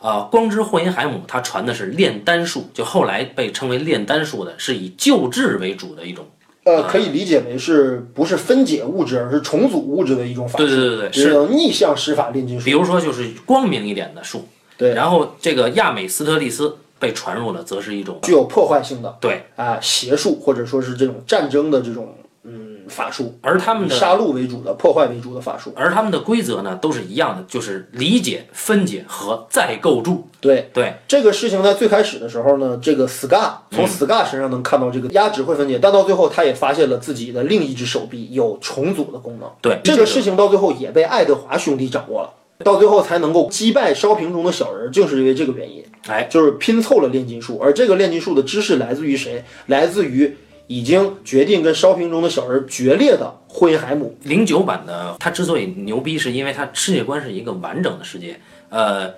[SPEAKER 1] 呃，光之霍因海姆他传的是炼丹术，就后来被称为炼丹术的，是以救治为主的一种。
[SPEAKER 2] 呃，可以理解为是不是分解物质，而是重组物质的一种法
[SPEAKER 1] 对对
[SPEAKER 2] 术，
[SPEAKER 1] 对对对，
[SPEAKER 2] 也
[SPEAKER 1] 是。
[SPEAKER 2] 叫逆向施法炼金术
[SPEAKER 1] 比。如说就是光明一点的术，
[SPEAKER 2] 对
[SPEAKER 1] 然后这个亚美斯特利斯被传入了，则是一种
[SPEAKER 2] 具有破坏性的
[SPEAKER 1] 对，
[SPEAKER 2] 啊邪术，或者说是这种战争的这种嗯法术，
[SPEAKER 1] 而他们
[SPEAKER 2] 以
[SPEAKER 1] 的
[SPEAKER 2] 杀戮为主的、破坏为主的法术。
[SPEAKER 1] 而他们的规则呢都是一样的，就是理解、分解和再构筑。
[SPEAKER 2] 对
[SPEAKER 1] 对，
[SPEAKER 2] 这个事情，在最开始的时候呢，这个 Scar 从
[SPEAKER 1] 嗯
[SPEAKER 2] Scar 身上能看到这个压制会分解，但到最后他也发现了自己的另一只手臂有重组的功能。
[SPEAKER 1] 对
[SPEAKER 2] 这个事情到最后也被爱德华兄弟掌握了。到最后才能够击败烧瓶中的小人，正是因为这个原因。
[SPEAKER 1] 哎，
[SPEAKER 2] 就是拼凑了炼金术，而这个炼金术的知识来自于谁？来自于已经决定跟烧瓶中的小人决裂的霍因海姆。
[SPEAKER 1] 零九版的它之所以牛逼，是因为它世界观是一个完整的世界。呃，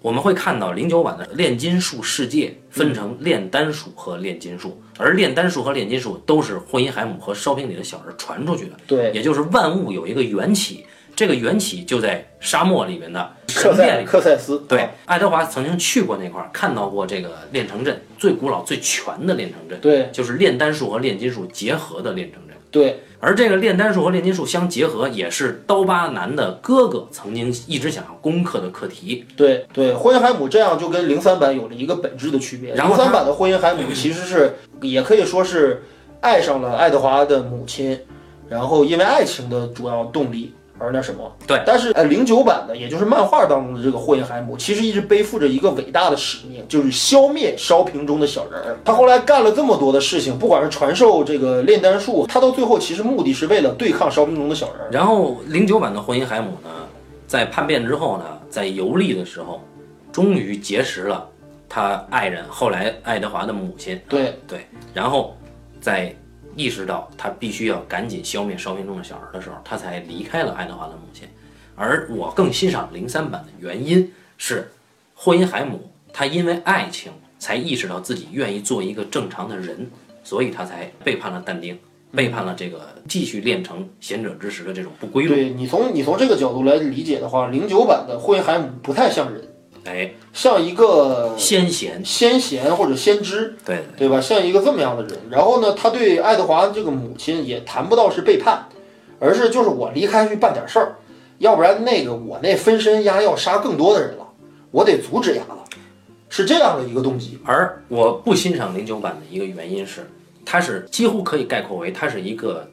[SPEAKER 1] 我们会看到零九版的炼金术世界分成炼丹术和炼金术，而炼丹术和炼金术都是霍因海姆和烧瓶里的小人传出去的。
[SPEAKER 2] 对，
[SPEAKER 1] 也就是万物有一个缘起，这个缘起就在沙漠里面的神
[SPEAKER 2] 克
[SPEAKER 1] 殿
[SPEAKER 2] 塞
[SPEAKER 1] 里。
[SPEAKER 2] 克塞斯。
[SPEAKER 1] 对
[SPEAKER 2] 啊，
[SPEAKER 1] 爱德华曾经去过那块儿，看到过这个炼成阵最古老、最全的炼成阵，
[SPEAKER 2] 对
[SPEAKER 1] 就是炼丹术和炼金术结合的炼成阵。
[SPEAKER 2] 对
[SPEAKER 1] 而这个炼丹术和炼金术相结合，也是刀疤男的哥哥曾经一直想要攻克的课题。
[SPEAKER 2] 对对，霍因海姆这样就跟零三版有了一个本质的区别。
[SPEAKER 1] 然后
[SPEAKER 2] 零
[SPEAKER 1] 他
[SPEAKER 2] 三版的霍因海姆其实是也可以说是爱上了爱德华的母亲，然后因为爱情的主要动力。而那什么，
[SPEAKER 1] 对，
[SPEAKER 2] 但是呃，零九版的，也就是漫画当中的这个霍因海姆，其实一直背负着一个伟大的使命，就是消灭烧瓶中的小人儿。他后来干了这么多的事情，不管是传授这个炼丹术，他到最后其实目的是为了对抗烧瓶中的小人儿。
[SPEAKER 1] 然后零九版的霍因海姆呢，在叛变之后呢，在游历的时候，终于结识了他爱人，后来爱德华的母亲。
[SPEAKER 2] 对
[SPEAKER 1] 对，然后在意识到他必须要赶紧消灭烧瓶中的小人的时候，他才离开了爱德华的母亲。而我更欣赏零三版的原因是，霍因海姆他因为爱情才意识到自己愿意做一个正常的人，所以他才背叛了但丁，背叛了这个继续练成贤者之石的这种不归路。
[SPEAKER 2] 对你从你从这个角度来理解的话，零九版的霍因海姆不太像人，
[SPEAKER 1] 哎，
[SPEAKER 2] 像一个
[SPEAKER 1] 先贤，
[SPEAKER 2] 先贤或者先知，
[SPEAKER 1] 对，
[SPEAKER 2] 对吧？像一个这么样的人。然后呢，他对爱德华这个母亲也谈不到是背叛，而是就是我离开去办点事儿，要不然那个我那分身丫要杀更多的人了，我得阻止丫了，是这样的一个动机。
[SPEAKER 1] 而我不欣赏零九版的一个原因是，它是几乎可以概括为它是一个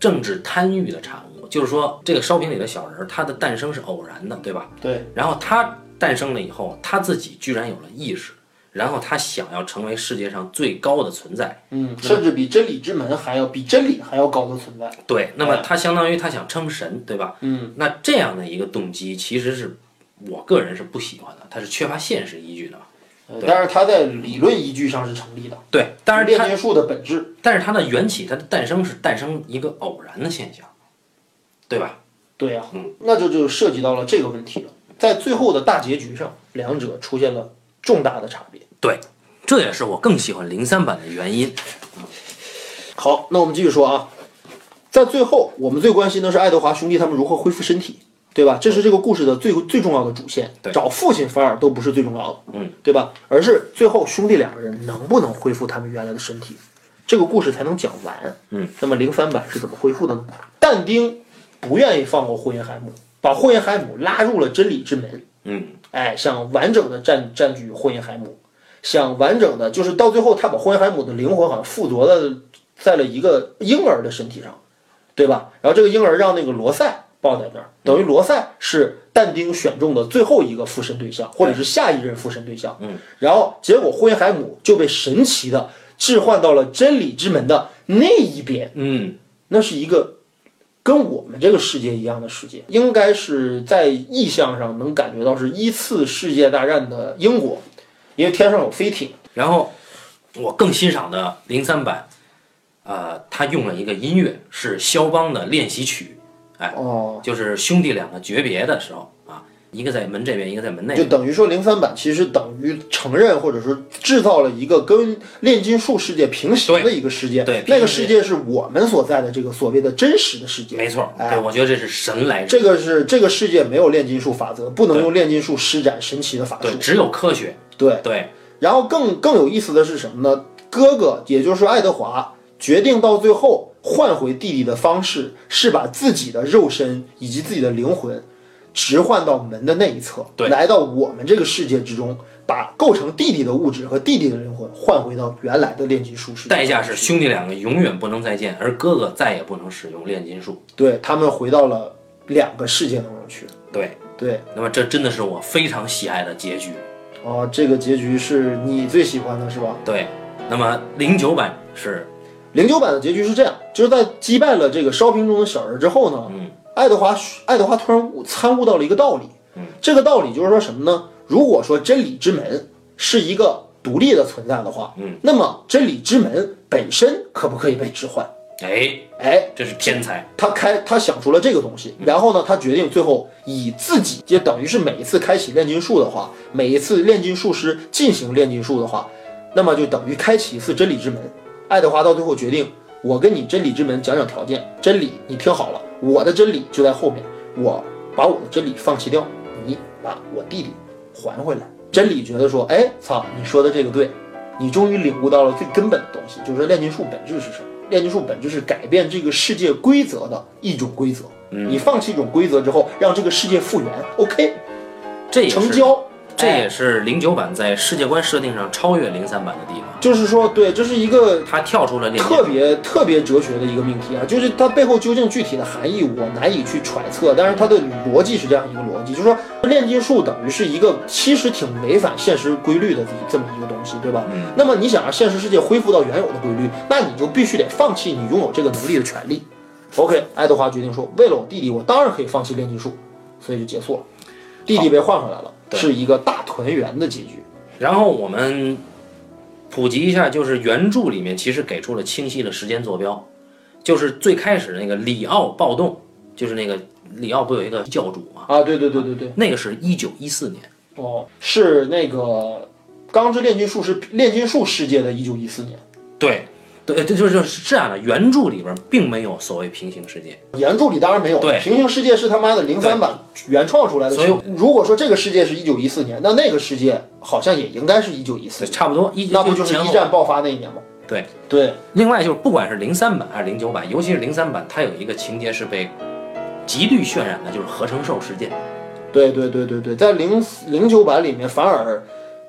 [SPEAKER 1] 政治贪欲的产物。就是说，这个烧瓶里的小人儿，它的诞生是偶然的，对吧？
[SPEAKER 2] 对
[SPEAKER 1] 然后他诞生了以后，他自己居然有了意识，然后他想要成为世界上最高的存在。
[SPEAKER 2] 嗯，甚至比真理之门还要比真理还要高的存在。
[SPEAKER 1] 对，那么他相当于他想称神，对吧？嗯，那这样的一个动机，其实是我个人是不喜欢的，它是缺乏现实依据的。
[SPEAKER 2] 呃但是他在理论依据上是成立的，
[SPEAKER 1] 对，当然
[SPEAKER 2] 炼
[SPEAKER 1] 它
[SPEAKER 2] 金术的本质。
[SPEAKER 1] 但是它的缘起，它的诞生是诞生一个偶然的现象，对吧？
[SPEAKER 2] 对呀、嗯那就就涉及到了这个问题了。在最后的大结局上，两者出现了重大的差别。
[SPEAKER 1] 对，这也是我更喜欢零三版的原因。
[SPEAKER 2] 好，那我们继续说啊，在最后，我们最关心的是爱德华兄弟他们如何恢复身体。对吧？这是这个故事的最最重要的主线。找父亲反而都不是最重要的，
[SPEAKER 1] 嗯，
[SPEAKER 2] 对吧？而是最后兄弟两个人能不能恢复他们原来的身体，这个故事才能讲完。
[SPEAKER 1] 嗯，
[SPEAKER 2] 那么零三版是怎么恢复的呢？但丁不愿意放过霍因海姆，把霍因海姆拉入了真理之门。
[SPEAKER 1] 嗯，
[SPEAKER 2] 哎，想完整的占占据霍因海姆，想完整的，就是到最后他把霍因海姆的灵魂好像附着了在了一个婴儿的身体上，对吧？然后这个婴儿让那个罗塞抱在那儿，等于罗塞是但丁选中的最后一个附身对象，或者是下一任附身对象。
[SPEAKER 1] 嗯，
[SPEAKER 2] 然后结果霍因海姆就被神奇的置换到了真理之门的那一边。
[SPEAKER 1] 嗯，
[SPEAKER 2] 那是一个跟我们这个世界一样的世界，应该是在意象上能感觉到是一次世界大战的英国，因为天上有飞艇。
[SPEAKER 1] 然后我更欣赏的零三版，呃，他用了一个音乐是肖邦的练习曲，哎
[SPEAKER 2] 哦，
[SPEAKER 1] 就是兄弟两个诀别的时候啊，一个在门这边，一个在门那
[SPEAKER 2] 就
[SPEAKER 1] 边。
[SPEAKER 2] 等于说零三版其实等于承认或者是制造了一个跟炼金术世界平行的一个世界，
[SPEAKER 1] 对对
[SPEAKER 2] 那个
[SPEAKER 1] 平行
[SPEAKER 2] 世界是我们所在的这个所谓的真实的世界，
[SPEAKER 1] 没错，
[SPEAKER 2] 哎
[SPEAKER 1] 对，我觉得这是神来之
[SPEAKER 2] 这个是这个世界没有炼金术法则，不能用炼金术施展神奇的法术
[SPEAKER 1] 对，。只有科学，
[SPEAKER 2] 对，
[SPEAKER 1] 对，
[SPEAKER 2] 然后更更有意思的是什么呢？哥哥，也就是爱德华，决定到最后换回弟弟的方式是把自己的肉身以及自己的灵魂置换到门的那一侧，
[SPEAKER 1] 对
[SPEAKER 2] 来到我们这个世界之中，把构成弟弟的物质和弟弟的灵魂换回到原来的炼金术世界。
[SPEAKER 1] 代价是兄弟两个永远不能再见，而哥哥再也不能使用炼金术。
[SPEAKER 2] 对他们回到了两个世界当中去。
[SPEAKER 1] 对，
[SPEAKER 2] 对，
[SPEAKER 1] 那么这真的是我非常喜爱的结局。
[SPEAKER 2] 哦，这个结局是你最喜欢的是吧？
[SPEAKER 1] 对，那么零九版是
[SPEAKER 2] 零九版的结局是这样，就是在击败了这个烧瓶中的小人之后呢，
[SPEAKER 1] 嗯，
[SPEAKER 2] 爱德华爱德华突然悟参悟到了一个道理，
[SPEAKER 1] 嗯，
[SPEAKER 2] 这个道理就是说什么呢？如果说真理之门是一个独立的存在的话，
[SPEAKER 1] 嗯，
[SPEAKER 2] 那么真理之门本身可不可以被置换？
[SPEAKER 1] 哎，
[SPEAKER 2] 哎，
[SPEAKER 1] 这是天才，
[SPEAKER 2] 他开他想出了这个东西，然后呢，他决定最后以自己，也等于是每一次开启炼金术的话，每一次炼金术师进行炼金术的话，那么就等于开启一次真理之门。爱德华到最后决定，我跟你真理之门讲讲条件，真理你听好了，我的真理就在后面，我把我的真理放弃掉，你把我弟弟还回来。真理觉得说，哎，操，你说的这个对，你终于领悟到了最根本的东西，就是炼金术本质是什么？炼金术本质是改变这个世界规则的一种规则。
[SPEAKER 1] 嗯
[SPEAKER 2] 你放弃一种规则之后，让这个世界复原，OK，
[SPEAKER 1] 这也
[SPEAKER 2] 成
[SPEAKER 1] 是
[SPEAKER 2] 交。
[SPEAKER 1] 这
[SPEAKER 2] 哎
[SPEAKER 1] 也是零九版在世界观设定上超越零三版的地方，
[SPEAKER 2] 就是说，对，这是一个
[SPEAKER 1] 它跳出了炼金
[SPEAKER 2] 特别特别哲学的一个命题啊，就是它背后究竟具体的含义，我难以去揣测。但是它的逻辑是这样一个逻辑，就是说炼金术等于是一个其实挺违反现实规律的这么一个东西，对吧？
[SPEAKER 1] 嗯
[SPEAKER 2] 那么你想让现实世界恢复到原有的规律，那你就必须得放弃你拥有这个能力的权利。OK，爱德华决定说，为了我弟弟，我当然可以放弃炼金术，所以就结束了。弟弟被换回来了，
[SPEAKER 1] 对
[SPEAKER 2] 是一个大团圆的结局。
[SPEAKER 1] 然后我们普及一下，就是原著里面其实给出了清晰的时间坐标，就是最开始那个里奥暴动，就是那个里奥不有一个教主嘛，
[SPEAKER 2] 啊，对对对对对。
[SPEAKER 1] 那个是一九一四年，
[SPEAKER 2] 哦，是那个《钢之炼金术》是炼金术世界的1914年，
[SPEAKER 1] 对，对，这就是就是这样的，原著里边并没有所谓平行世界，
[SPEAKER 2] 原著里当然没有，
[SPEAKER 1] 对
[SPEAKER 2] 平行世界是他妈的零三版原创出来的。
[SPEAKER 1] 所以，
[SPEAKER 2] 如果说这个世界是1914年，那那个世界好像也应该是1914
[SPEAKER 1] 对，
[SPEAKER 2] 年，
[SPEAKER 1] 差不多一
[SPEAKER 2] 那不就是
[SPEAKER 1] 前
[SPEAKER 2] 一
[SPEAKER 1] 后
[SPEAKER 2] 战爆发那一年吗？
[SPEAKER 1] 对
[SPEAKER 2] 对，
[SPEAKER 1] 另外就是，不管是零三版还是零九版，尤其是零三版，它有一个情节是被极力渲染的，就是合成兽事件。
[SPEAKER 2] 对对对对对，在零零九版里面，反而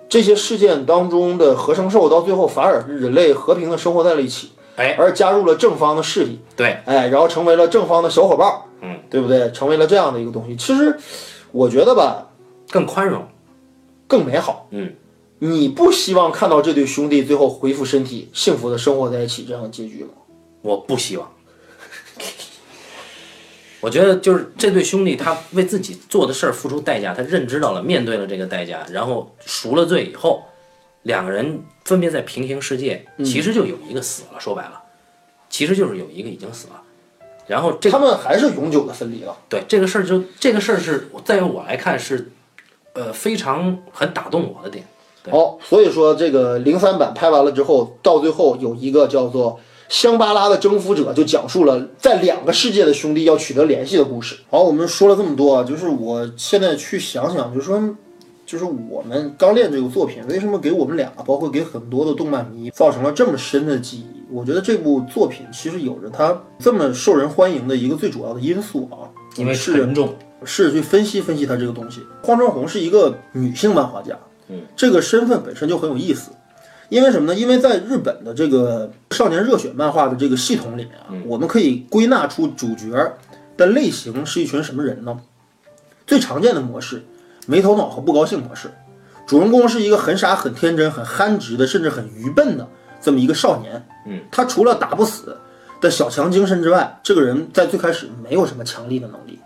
[SPEAKER 2] 这些事件当中的合成兽到最后反而是人类和平的生活在了一起，
[SPEAKER 1] 哎，
[SPEAKER 2] 而加入了正方的势力，
[SPEAKER 1] 对，
[SPEAKER 2] 哎，然后成为了正方的小伙伴儿，
[SPEAKER 1] 嗯，
[SPEAKER 2] 对不对？成为了这样的一个东西。其实我觉得吧，
[SPEAKER 1] 更宽容。
[SPEAKER 2] 更美好。
[SPEAKER 1] 嗯，
[SPEAKER 2] 你不希望看到这对兄弟最后恢复身体，幸福的生活在一起这样的结局吗？
[SPEAKER 1] 我不希望。 <laughs> 我觉得就是这对兄弟，他为自己做的事儿付出代价，他认知到了，面对了这个代价，然后赎了罪以后，两个人分别在平行世界，
[SPEAKER 2] 嗯
[SPEAKER 1] 其实就有一个死了，说白了，其实就是有一个已经死了，然后这个
[SPEAKER 2] 他们还是永久的分离了。
[SPEAKER 1] 对这个事儿就，这个事儿是在于我来看是，呃，非常很打动我的点。对
[SPEAKER 2] 好，所以说这个零三版拍完了之后，到最后有一个叫做香巴拉的征服者就讲述了在两个世界的兄弟要取得联系的故事。好，我们说了这么多啊，就是我现在去想想，就是说，就是我们《钢炼》这个作品为什么给我们俩，包括给很多的动漫迷造成了这么深的记忆？我觉得这部作品其实有着它这么受人欢迎的一个最主要的因素啊，
[SPEAKER 1] 因为
[SPEAKER 2] 是
[SPEAKER 1] 沉重，
[SPEAKER 2] 是去分析分析它这个东西。荒川弘是一个女性漫画家，嗯，这个身份本身就很有意思，因为什么呢？因为在日本的这个少年热血漫画的这个系统里面啊，我们可以归纳出主角的类型是一群什么人呢？最常见的模式，没头脑和不高兴模式。主人公是一个很傻、很天真、很憨直的，甚至很愚笨的这么一个少年。嗯，他除了打不死的小强精神之外，这个人在最开始没有什么强力的能力。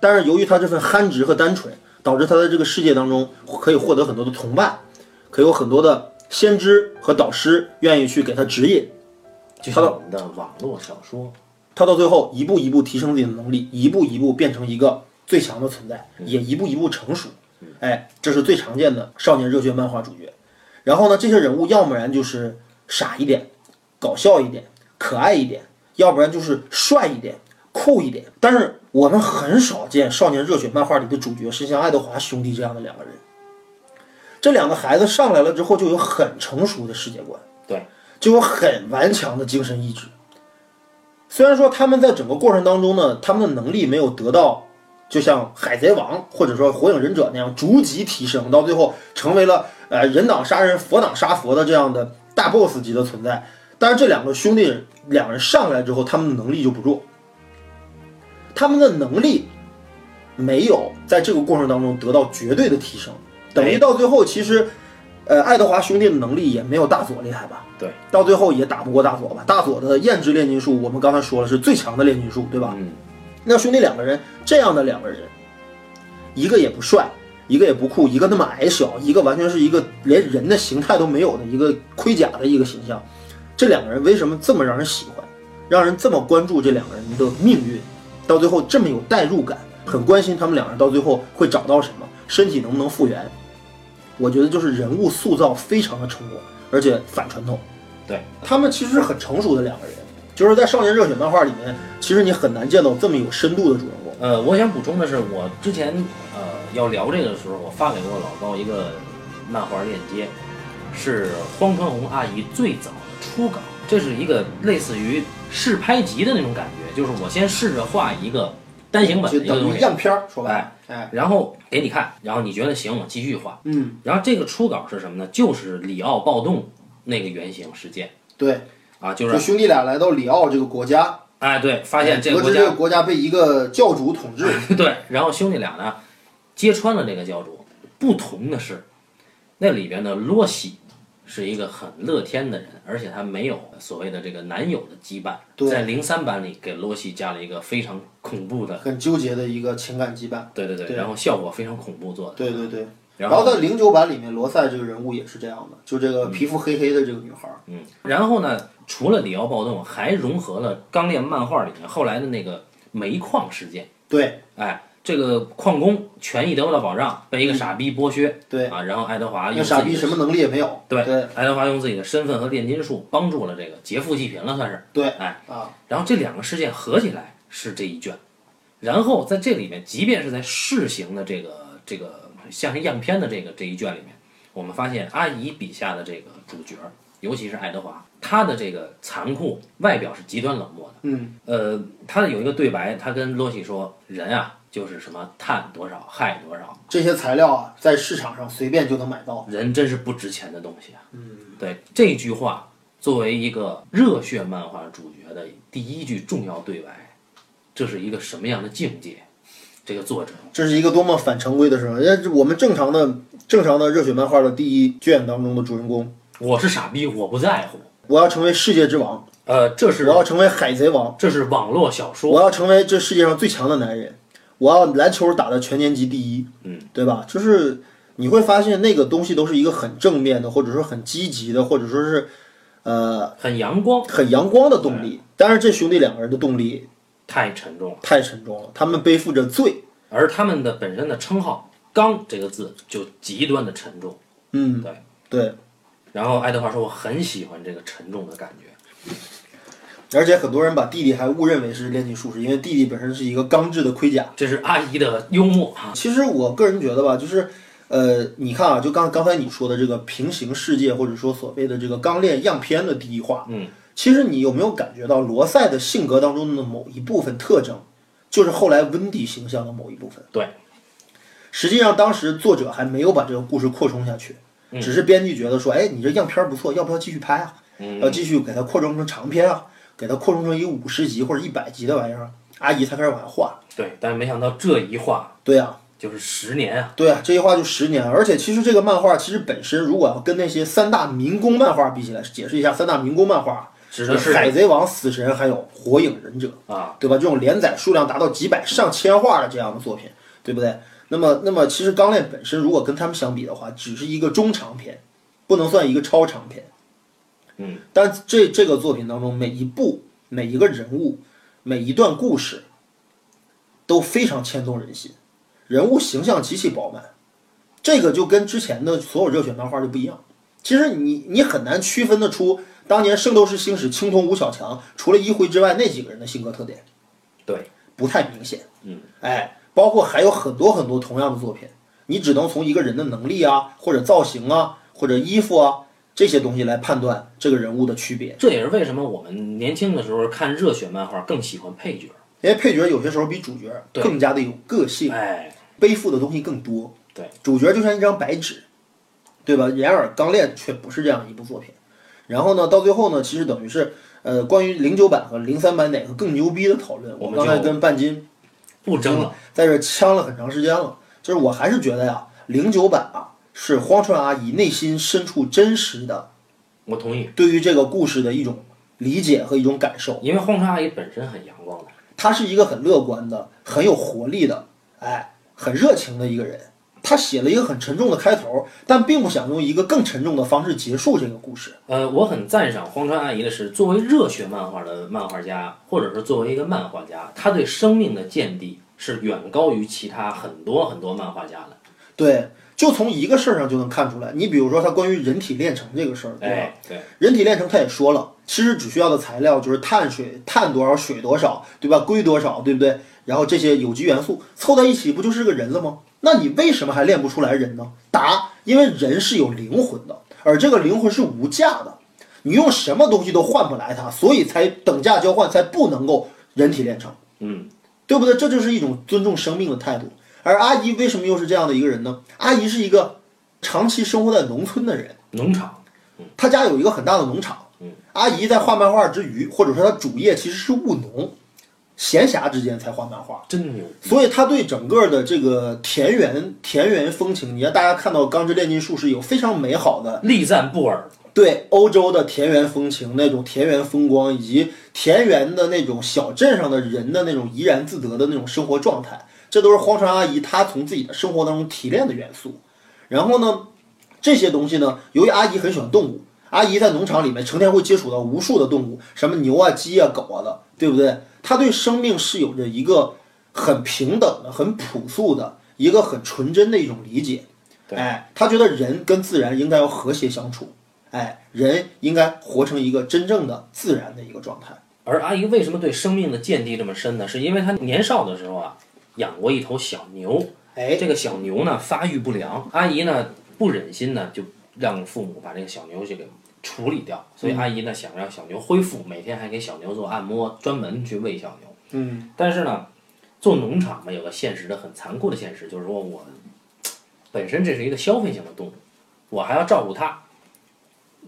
[SPEAKER 2] 但是由于他这份憨直和单纯，导致他在这个世界当中可以获得很多的同伴，可以有很多的先知和导师愿意去给他指引。
[SPEAKER 3] 就像我们的网络小说，
[SPEAKER 2] 他到最后一步一步提升自己的能力，一步一步变成一个最强的存在，也一步一步成熟。哎，这是最常见的少年热血漫画主角。然后呢，这些人物要不然就是傻一点，搞笑一点，可爱一点；要不然就是帅一点，酷一点。但是我们很少见少年热血漫画里的主角是像爱德华兄弟这样的两个人。这两个孩子上来了之后，就有很成熟的世界观，
[SPEAKER 1] 对，
[SPEAKER 2] 就有很顽强的精神意志。虽然说他们在整个过程当中呢，他们的能力没有得到，就像海贼王或者说火影忍者那样逐级提升，到最后成为了呃人挡杀人佛挡杀佛的这样的大 boss 级的存在。但是这两个兄弟两人上来之后，他们的能力就不弱，他们的能力没有在这个过程当中得到绝对的提升，等于到最后其实，呃，爱德华兄弟的能力也没有大佐厉害吧？
[SPEAKER 1] 对，
[SPEAKER 2] 到最后也打不过大佐吧？大佐的焰之炼金术，我们刚才说了是最强的炼金术，对吧？
[SPEAKER 1] 嗯，
[SPEAKER 2] 那兄弟两个人，这样的两个人，一个也不帅，一个也不酷，一个那么矮小，一个完全是一个连人的形态都没有的一个盔甲的一个形象，这两个人为什么这么让人喜欢，让人这么关注这两个人的命运，到最后这么有代入感，很关心他们两个人到最后会找到什么，身体能不能复原？我觉得就是人物塑造非常的成功，而且反传统。
[SPEAKER 1] 对，
[SPEAKER 2] 他们其实是很成熟的两个人，就是在少年热血漫画里面，其实你很难见到这么有深度的主人公。
[SPEAKER 1] 呃，我想补充的是，我之前呃要聊这个的时候，我发给过老高一个漫画链接，是荒川弘阿姨最早的初稿，这是一个类似于试拍集的那种感觉，就是我先试着画一个单行本
[SPEAKER 2] 就
[SPEAKER 1] 的一个
[SPEAKER 2] 等
[SPEAKER 1] 东
[SPEAKER 2] 于
[SPEAKER 1] 西，
[SPEAKER 2] 样片儿，说白了，哎，
[SPEAKER 1] 然后给你看，然后你觉得行，我继续画。
[SPEAKER 2] 嗯，
[SPEAKER 1] 然后这个初稿是什么呢？就是里奥暴动那个原型事件
[SPEAKER 2] 对，
[SPEAKER 1] 啊，就
[SPEAKER 2] 就是兄弟俩来到里奥这个国家，
[SPEAKER 1] 哎对，发现这
[SPEAKER 2] 得
[SPEAKER 1] 个国
[SPEAKER 2] 知
[SPEAKER 1] 家哎
[SPEAKER 2] 这个国家被一个教主统治，
[SPEAKER 1] <laughs> 对，然后兄弟俩呢，揭穿了这个教主。不同的是，那里边的洛喜是一个很乐天的人，而且他没有所谓的这个男友的羁绊。
[SPEAKER 2] 对
[SPEAKER 1] 在零三版里给洛喜加了一个非常恐怖的，
[SPEAKER 2] 很纠结的一个情感羁绊。
[SPEAKER 1] 对对对，
[SPEAKER 2] 对
[SPEAKER 1] 然后效果非常恐怖做的。
[SPEAKER 2] 对对对。
[SPEAKER 1] 然
[SPEAKER 2] 然
[SPEAKER 1] 后
[SPEAKER 2] 后在零九版里面，罗塞这个人物也是这样的，就这个皮肤黑黑的这个女孩儿，
[SPEAKER 1] 嗯，然后呢，除了里奥暴动，还融合了钢炼漫画里面后来的那个煤矿事件。
[SPEAKER 2] 对
[SPEAKER 1] 哎，这个矿工权益得不到保障，被一个傻逼剥削。
[SPEAKER 2] 嗯对，
[SPEAKER 1] 啊，然后爱德华
[SPEAKER 2] 那
[SPEAKER 1] 用
[SPEAKER 2] 傻
[SPEAKER 1] 自己
[SPEAKER 2] 逼
[SPEAKER 1] 的
[SPEAKER 2] 什么能力也没有，
[SPEAKER 1] 对，
[SPEAKER 2] 对
[SPEAKER 1] 爱德华用自己的身份和炼金术帮助了这个劫富济贫了，算是。
[SPEAKER 2] 对
[SPEAKER 1] 哎
[SPEAKER 2] 啊，
[SPEAKER 1] 然后这两个事件合起来是这一卷，然后在这里面，即便是在试行的这个这个像是样片的这个这一卷里面，我们发现阿姨笔下的这个主角，尤其是爱德华，他的这个残酷外表是极端冷漠的。
[SPEAKER 2] 嗯，
[SPEAKER 1] 呃，他有一个对白，他跟洛西说：“人啊，就是什么碳多少氦多少，
[SPEAKER 2] 这些材料啊，在市场上随便就能买到，
[SPEAKER 1] 人真是不值钱的东西啊。嗯，对这句话，作为一个热血漫画主角的第一句重要对白，这是一个什么样的境界？这个作者
[SPEAKER 2] 这是一个多么反常规的事儿！人家我们正常的、正常的热血漫画的第一卷当中的主人公，
[SPEAKER 1] 我是傻逼，我不在乎。
[SPEAKER 2] 我要成为世界之王，
[SPEAKER 1] 呃，这是
[SPEAKER 2] 我要成为海贼王，
[SPEAKER 1] 这是网络小说，
[SPEAKER 2] 我要成为这世界上最强的男人，我要篮球打的全年级第一，
[SPEAKER 1] 嗯，
[SPEAKER 2] 对吧？就是你会发现那个东西都是一个很正面的，或者说很积极的，或者说是呃
[SPEAKER 1] 很阳光，
[SPEAKER 2] 很阳光的动力。但是这兄弟两个人的动力
[SPEAKER 1] 太沉重了。
[SPEAKER 2] 太沉重了，他们背负着罪，
[SPEAKER 1] 而他们的本身的称号“刚”这个字就极端的沉重。
[SPEAKER 2] 嗯，
[SPEAKER 1] 对
[SPEAKER 2] 对。
[SPEAKER 1] 然后爱德华说：“我很喜欢这个沉重的感觉。”
[SPEAKER 2] 而且很多人把弟弟还误认为是炼金术士，因为弟弟本身是一个钢制的盔甲。
[SPEAKER 1] 这是阿姨的幽默啊，
[SPEAKER 2] 其实我个人觉得吧，就是，呃，你看啊，就刚刚才你说的这个平行世界，或者说所谓的这个钢炼样片的第一话，
[SPEAKER 1] 嗯，
[SPEAKER 2] 其实你有没有感觉到罗塞的性格当中的某一部分特征，就是后来温迪形象的某一部分？
[SPEAKER 1] 对，
[SPEAKER 2] 实际上当时作者还没有把这个故事扩充下去，
[SPEAKER 1] 嗯
[SPEAKER 2] 只是编辑觉得说，哎，你这样片儿不错，要不要继续拍啊？
[SPEAKER 1] 嗯
[SPEAKER 2] 要继续给它扩充成长篇啊，给它扩充成一五十集或者一百集的玩意儿啊，阿姨才开始往下画。
[SPEAKER 1] 对，但没想到这一画
[SPEAKER 2] 对啊呀、
[SPEAKER 1] 就是十年啊，
[SPEAKER 2] 对啊，这一画就十年，而且其实这个漫画其实本身，如果要跟那些三大民工漫画比起来，解释一下三大民工漫画，
[SPEAKER 1] 指的是
[SPEAKER 2] 海贼王、死神还有火影忍者
[SPEAKER 1] 啊，
[SPEAKER 2] 对吧？这种连载数量达到几百上千画的这样的作品，对不对？那么，那么其实钢炼本身如果跟他们相比的话，只是一个中长篇，不能算一个超长篇。
[SPEAKER 1] 嗯，
[SPEAKER 2] 但这这个作品当中，每一部、每一个人物、每一段故事都非常牵动人心，人物形象极其饱满。这个就跟之前的所有热血漫画就不一样。其实你你很难区分得出当年《圣斗士星矢》青铜吴小强除了一辉之外那几个人的性格特点，
[SPEAKER 1] 对，
[SPEAKER 2] 不太明显。嗯，哎，包括还有很多很多同样的作品，你只能从一个人的能力啊，或者造型啊，或者衣服啊这些东西来判断这个人物的区别。
[SPEAKER 1] 这也是为什么我们年轻的时候看热血漫画更喜欢配角，
[SPEAKER 2] 因为配角有些时候比主角
[SPEAKER 1] 对
[SPEAKER 2] 更加的有个性，
[SPEAKER 1] 哎，
[SPEAKER 2] 背负的东西更多。
[SPEAKER 1] 对，
[SPEAKER 2] 主角就像一张白纸，对吧？然而《钢炼》却不是这样一部作品。然后呢，到最后呢，其实等于是，呃，关于零九版和零三版哪个更牛逼的讨论，
[SPEAKER 1] 我
[SPEAKER 2] 我
[SPEAKER 1] 们
[SPEAKER 2] 刚才
[SPEAKER 1] 就
[SPEAKER 2] 跟半斤
[SPEAKER 1] 不争了，
[SPEAKER 2] 在这呛了很长时间了。就是我还是觉得呀，零九版啊，是荒川阿姨内心深处真实的
[SPEAKER 1] 我同意，
[SPEAKER 2] 对于这个故事的一种理解和一种感受。
[SPEAKER 1] 因为荒川阿姨本身很阳光的，
[SPEAKER 2] 他是一个很乐观的、很有活力的，哎，很热情的一个人。他写了一个很沉重的开头，但并不想用一个更沉重的方式结束这个故事。
[SPEAKER 1] 呃，我很赞赏荒川阿姨的是，作为热血漫画的漫画家，或者是作为一个漫画家，她对生命的见地是远高于其他很多很多漫画家的，
[SPEAKER 2] 对，就从一个事儿上就能看出来。你比如说，他关于人体炼成这个事儿，对吧？
[SPEAKER 1] 哎，对，
[SPEAKER 2] 人体炼成他也说了，其实只需要的材料就是碳水，碳多少，水多少，对吧？硅多少，对不对？然后这些有机元素凑在一起，不就是个人了吗？那你为什么还练不出来人呢？答：因为人是有灵魂的，而这个灵魂是无价的，你用什么东西都换不来它，所以才等价交换，才不能够人体炼成。
[SPEAKER 1] 嗯，
[SPEAKER 2] 对不对？这就是一种尊重生命的态度。而阿姨为什么又是这样的一个人呢？阿姨是一个长期生活在农村的人。
[SPEAKER 1] 农场，
[SPEAKER 2] 他家有一个很大的农场，阿姨在画漫画之余，或者说她主业其实是务农，闲暇之间才画漫画，
[SPEAKER 1] 真牛，
[SPEAKER 2] 所以她对整个的这个田园田园风情，你看大家看到《钢之炼金术士》有非常美好的
[SPEAKER 1] 力赞布尔，
[SPEAKER 2] 对欧洲的田园风情那种田园风光，以及田园的那种小镇上的人的那种怡然自得的那种生活状态，这都是荒川阿姨她从自己的生活当中提炼的元素。然后呢，这些东西呢，由于阿姨很喜欢动物，阿姨在农场里面成天会接触到无数的动物，什么牛啊、鸡啊、狗啊的，对不对？她对生命是有着一个很平等的、很朴素的、一个很纯真的一种理解。哎，她觉得人跟自然应该要和谐相处。哎，人应该活成一个真正的自然的一个状态。
[SPEAKER 1] 而阿姨为什么对生命的见地这么深呢？是因为她年少的时候啊，养过一头小牛，
[SPEAKER 2] 哎，
[SPEAKER 1] 这个小牛呢发育不良，阿姨呢不忍心呢，就让父母把这个小牛就给处理掉，所以阿姨呢想让小牛恢复，每天还给小牛做按摩，专门去喂小牛。
[SPEAKER 2] 嗯，
[SPEAKER 1] 但是呢，做农场嘛，有个现实的很残酷的现实，就是说我本身这是一个消费性的动物，我还要照顾它。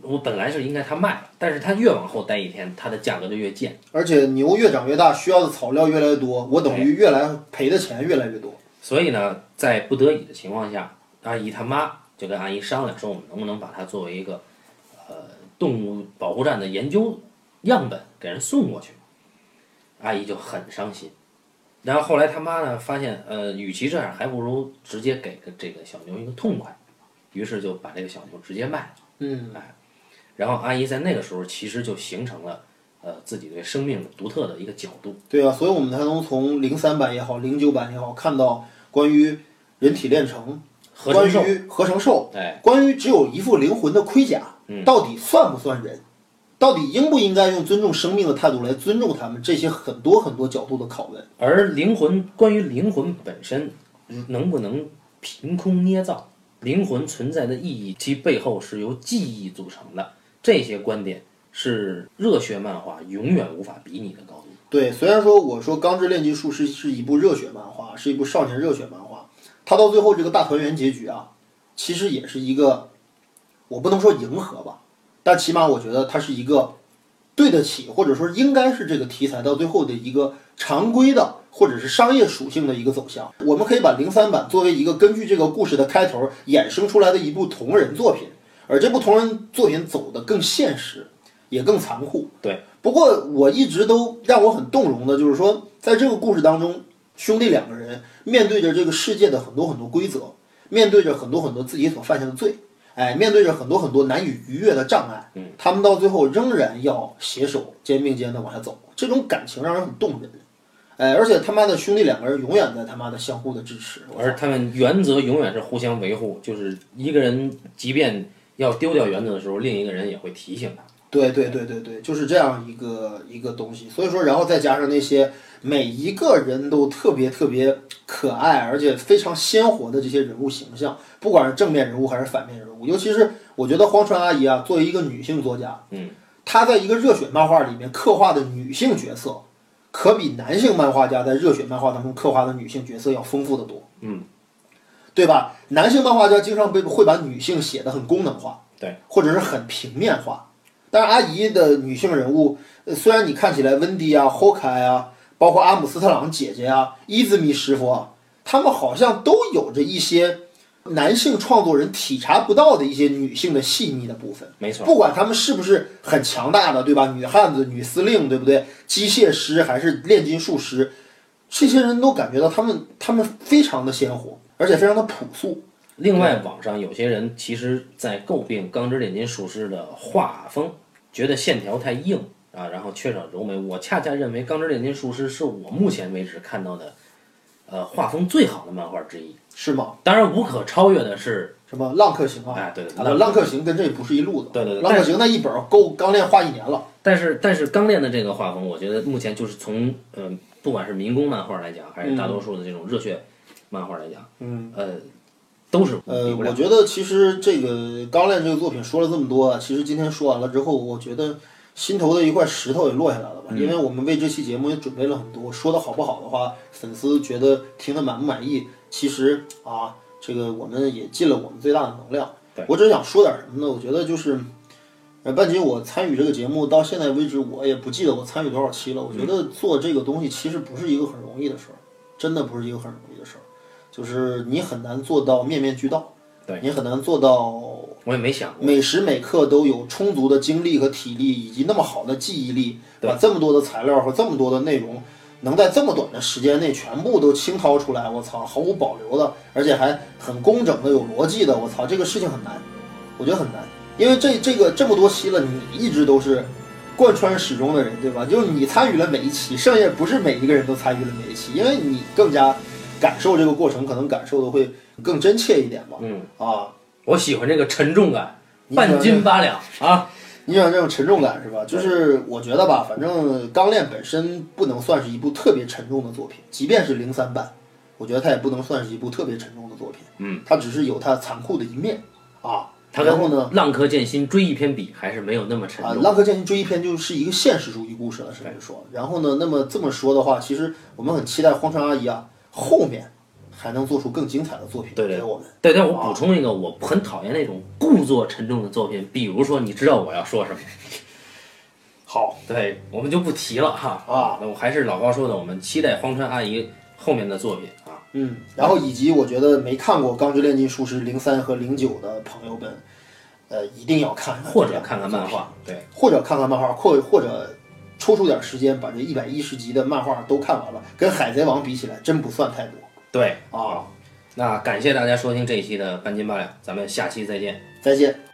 [SPEAKER 1] 我本来是应该它卖了，但是它越往后待一天，它的价格就越贱。
[SPEAKER 2] 而且牛越长越大，需要的草料越来越多，我等于越来赔的钱越来越多。
[SPEAKER 1] 所以呢，在不得已的情况下，阿姨他妈就跟阿姨商量说，我们能不能把它作为一个呃动物保护站的研究样本给人送过去？阿姨就很伤心。然后后来他妈呢发现，呃，与其这样，还不如直接给个这个小牛一个痛快，于是就把这个小牛直接卖了。
[SPEAKER 2] 嗯，
[SPEAKER 1] 然后阿姨在那个时候其实就形成了呃自己对生命的独特的一个角度。
[SPEAKER 2] 对啊，所以我们才能从零三版也好，零九版也好，看到关于人体炼成、
[SPEAKER 1] 合
[SPEAKER 2] 关
[SPEAKER 1] 成兽，
[SPEAKER 2] 于合成兽、
[SPEAKER 1] 哎，
[SPEAKER 2] 嗯关于只有一副灵魂的盔甲，到底算不算人？到底应不应该用尊重生命的态度来尊重他们？这些很多很多角度的拷问。
[SPEAKER 1] 而灵魂，关于灵魂本身，能不能凭空捏造？灵魂存在的意义，其背后是由记忆组成的。这些观点是热血漫画永远无法比拟的高度。
[SPEAKER 2] 对，虽然说我说《钢之炼金术师》是一部热血漫画，是一部少年热血漫画，它到最后这个大团圆结局啊，其实也是一个，我不能说迎合吧，但起码我觉得它是一个对得起，或者说应该是这个题材到最后的一个常规的或者是商业属性的一个走向。我们可以把零三版作为一个根据这个故事的开头衍生出来的一部同人作品，而这部同人作品走得更现实，也更残酷。
[SPEAKER 1] 对，
[SPEAKER 2] 不过我一直都让我很动容的，就是说，在这个故事当中，兄弟两个人面对着这个世界的很多很多规则，面对着很多很多自己所犯下的罪，哎，面对着很多很多难以逾越的障碍，
[SPEAKER 1] 嗯，
[SPEAKER 2] 他们到最后仍然要携手肩并肩的往下走，这种感情让人很动人。哎，而且他妈的兄弟两个人永远在他妈的相互的支持，我
[SPEAKER 1] 而他们原则永远是互相维护，就是一个人即便要丢掉原则的时候，另一个人也会提醒他。
[SPEAKER 2] 对对对对对，就是这样一个一个东西。所以说，然后再加上那些每一个人都特别特别可爱，而且非常鲜活的这些人物形象，不管是正面人物还是反面人物，尤其是我觉得荒川阿姨啊，作为一个女性作家，
[SPEAKER 1] 嗯，
[SPEAKER 2] 她在一个热血漫画里面刻画的女性角色，可比男性漫画家在热血漫画当中刻画的女性角色要丰富得多。
[SPEAKER 1] 嗯，
[SPEAKER 2] 对吧？男性漫画家经常被会把女性写得很功能化，
[SPEAKER 1] 对，
[SPEAKER 2] 或者是很平面化。但是阿姨的女性人物，呃虽然你看起来温迪啊、霍凯啊，包括阿姆斯特朗姐姐啊、伊兹米师傅啊，他们好像都有着一些男性创作人体察不到的一些女性的细腻的部分。
[SPEAKER 1] 没错，
[SPEAKER 2] 不管他们是不是很强大的，对吧？女汉子、女司令，对不对？机械师还是炼金术师，这些人都感觉到他们他们非常的鲜活，而且非常的朴素。
[SPEAKER 1] 另外，网上有些人其实在诟病《钢之炼金术师》的画风，觉得线条太硬啊，然后缺少柔美。我恰恰认为，《钢之炼金术师》是我目前为止看到的，呃，画风最好的漫画之一。
[SPEAKER 2] 是吗？
[SPEAKER 1] 当然，无可超越的是，
[SPEAKER 2] 什么浪客行啊？
[SPEAKER 1] 哎，对，
[SPEAKER 2] 啊，不浪客行跟这不是一路子。
[SPEAKER 1] 对对对
[SPEAKER 2] 浪客行那一本够钢炼画一年了。
[SPEAKER 1] 但是但是钢炼的这个画风，我觉得目前就是从嗯、呃，不管是民工漫画来讲，还是大多数的这种热血漫画来讲，
[SPEAKER 2] 嗯，
[SPEAKER 1] 呃，都是
[SPEAKER 2] 呃，
[SPEAKER 1] 比不
[SPEAKER 2] 我
[SPEAKER 1] 了。
[SPEAKER 2] 觉得其实这个钢炼这个作品说了这么多啊，其实今天说完了之后，我觉得心头的一块石头也落下来了
[SPEAKER 1] 嗯
[SPEAKER 2] 吧，因为我们为这期节目也准备了很多，说的好不好的话，粉丝觉得听得满不满意，其实啊，这个我们也尽了我们最大的能量
[SPEAKER 1] 对。
[SPEAKER 2] 我只想说点什么呢？我觉得就是，呃，半斤，我参与这个节目到现在为止，我也不记得我参与多少期了。我觉
[SPEAKER 1] 嗯
[SPEAKER 2] 得做这个东西其实不是一个很容易的事儿，真的不是一个很容易的事儿，就是你很难做到面面俱到，
[SPEAKER 1] 对
[SPEAKER 2] 你很难做到
[SPEAKER 1] 我也没想过，
[SPEAKER 2] 每时每刻都有充足的精力和体力，以及那么好的记忆力，把这么多的材料和这么多的内容，能在这么短的时间内全部都倾掏出来，我操，毫无保留的，而且还很工整的、有逻辑的，我操，这个事情很难，我觉得很难，因为这这个这么多期了，你一直都是贯穿始终的人，对吧？就是你参与了每一期，剩下不是每一个人都参与了每一期，因为你更加感受这个过程，可能感受的会更真切一点吧，
[SPEAKER 1] 嗯，
[SPEAKER 2] 啊。
[SPEAKER 1] 我喜欢这个沉重感，啊
[SPEAKER 2] 你喜欢
[SPEAKER 1] 半斤八两啊。
[SPEAKER 2] 你想这种沉重感是吧？就是我觉得吧，反正《钢炼》本身不能算是一部特别沉重的作品，即便是零三版，我觉得它也不能算是一部特别沉重的作品。
[SPEAKER 1] 嗯，
[SPEAKER 2] 它只是有它残酷的一面啊。
[SPEAKER 1] 他跟
[SPEAKER 2] 然后呢，
[SPEAKER 1] 浪客剑心追忆篇比，还是没有那么沉
[SPEAKER 2] 啊，《
[SPEAKER 1] 重。
[SPEAKER 2] 浪客剑心追忆篇》就是一个现实主义故事了，甚至说。然后呢，那么这么说的话，其实我们很期待荒川阿姨啊后面还能做出更精彩的作品
[SPEAKER 1] 对对
[SPEAKER 2] 给我们。
[SPEAKER 1] 对，但我补充一个，我很讨厌那种故作沉重的作品，比如说，你知道我要说什么。
[SPEAKER 2] 好，
[SPEAKER 1] 对，我们就不提了哈。
[SPEAKER 2] 啊，
[SPEAKER 1] 那我还是老高说的，我们期待荒川阿姨后面的作品啊。
[SPEAKER 2] 嗯，然后以及我觉得没看过《钢之炼金术师》零三和零九的朋友们，呃，一定要看，
[SPEAKER 1] 或者看看漫，画，对，
[SPEAKER 2] 或者啊看看漫画，或或者抽出点时间把这一百一十集的漫画都看完了，跟《海贼王》比起来，真不算太多
[SPEAKER 1] 对
[SPEAKER 2] 啊。
[SPEAKER 1] 那感谢大家收听这一期的半斤八两，咱们下期再见。
[SPEAKER 2] 再见。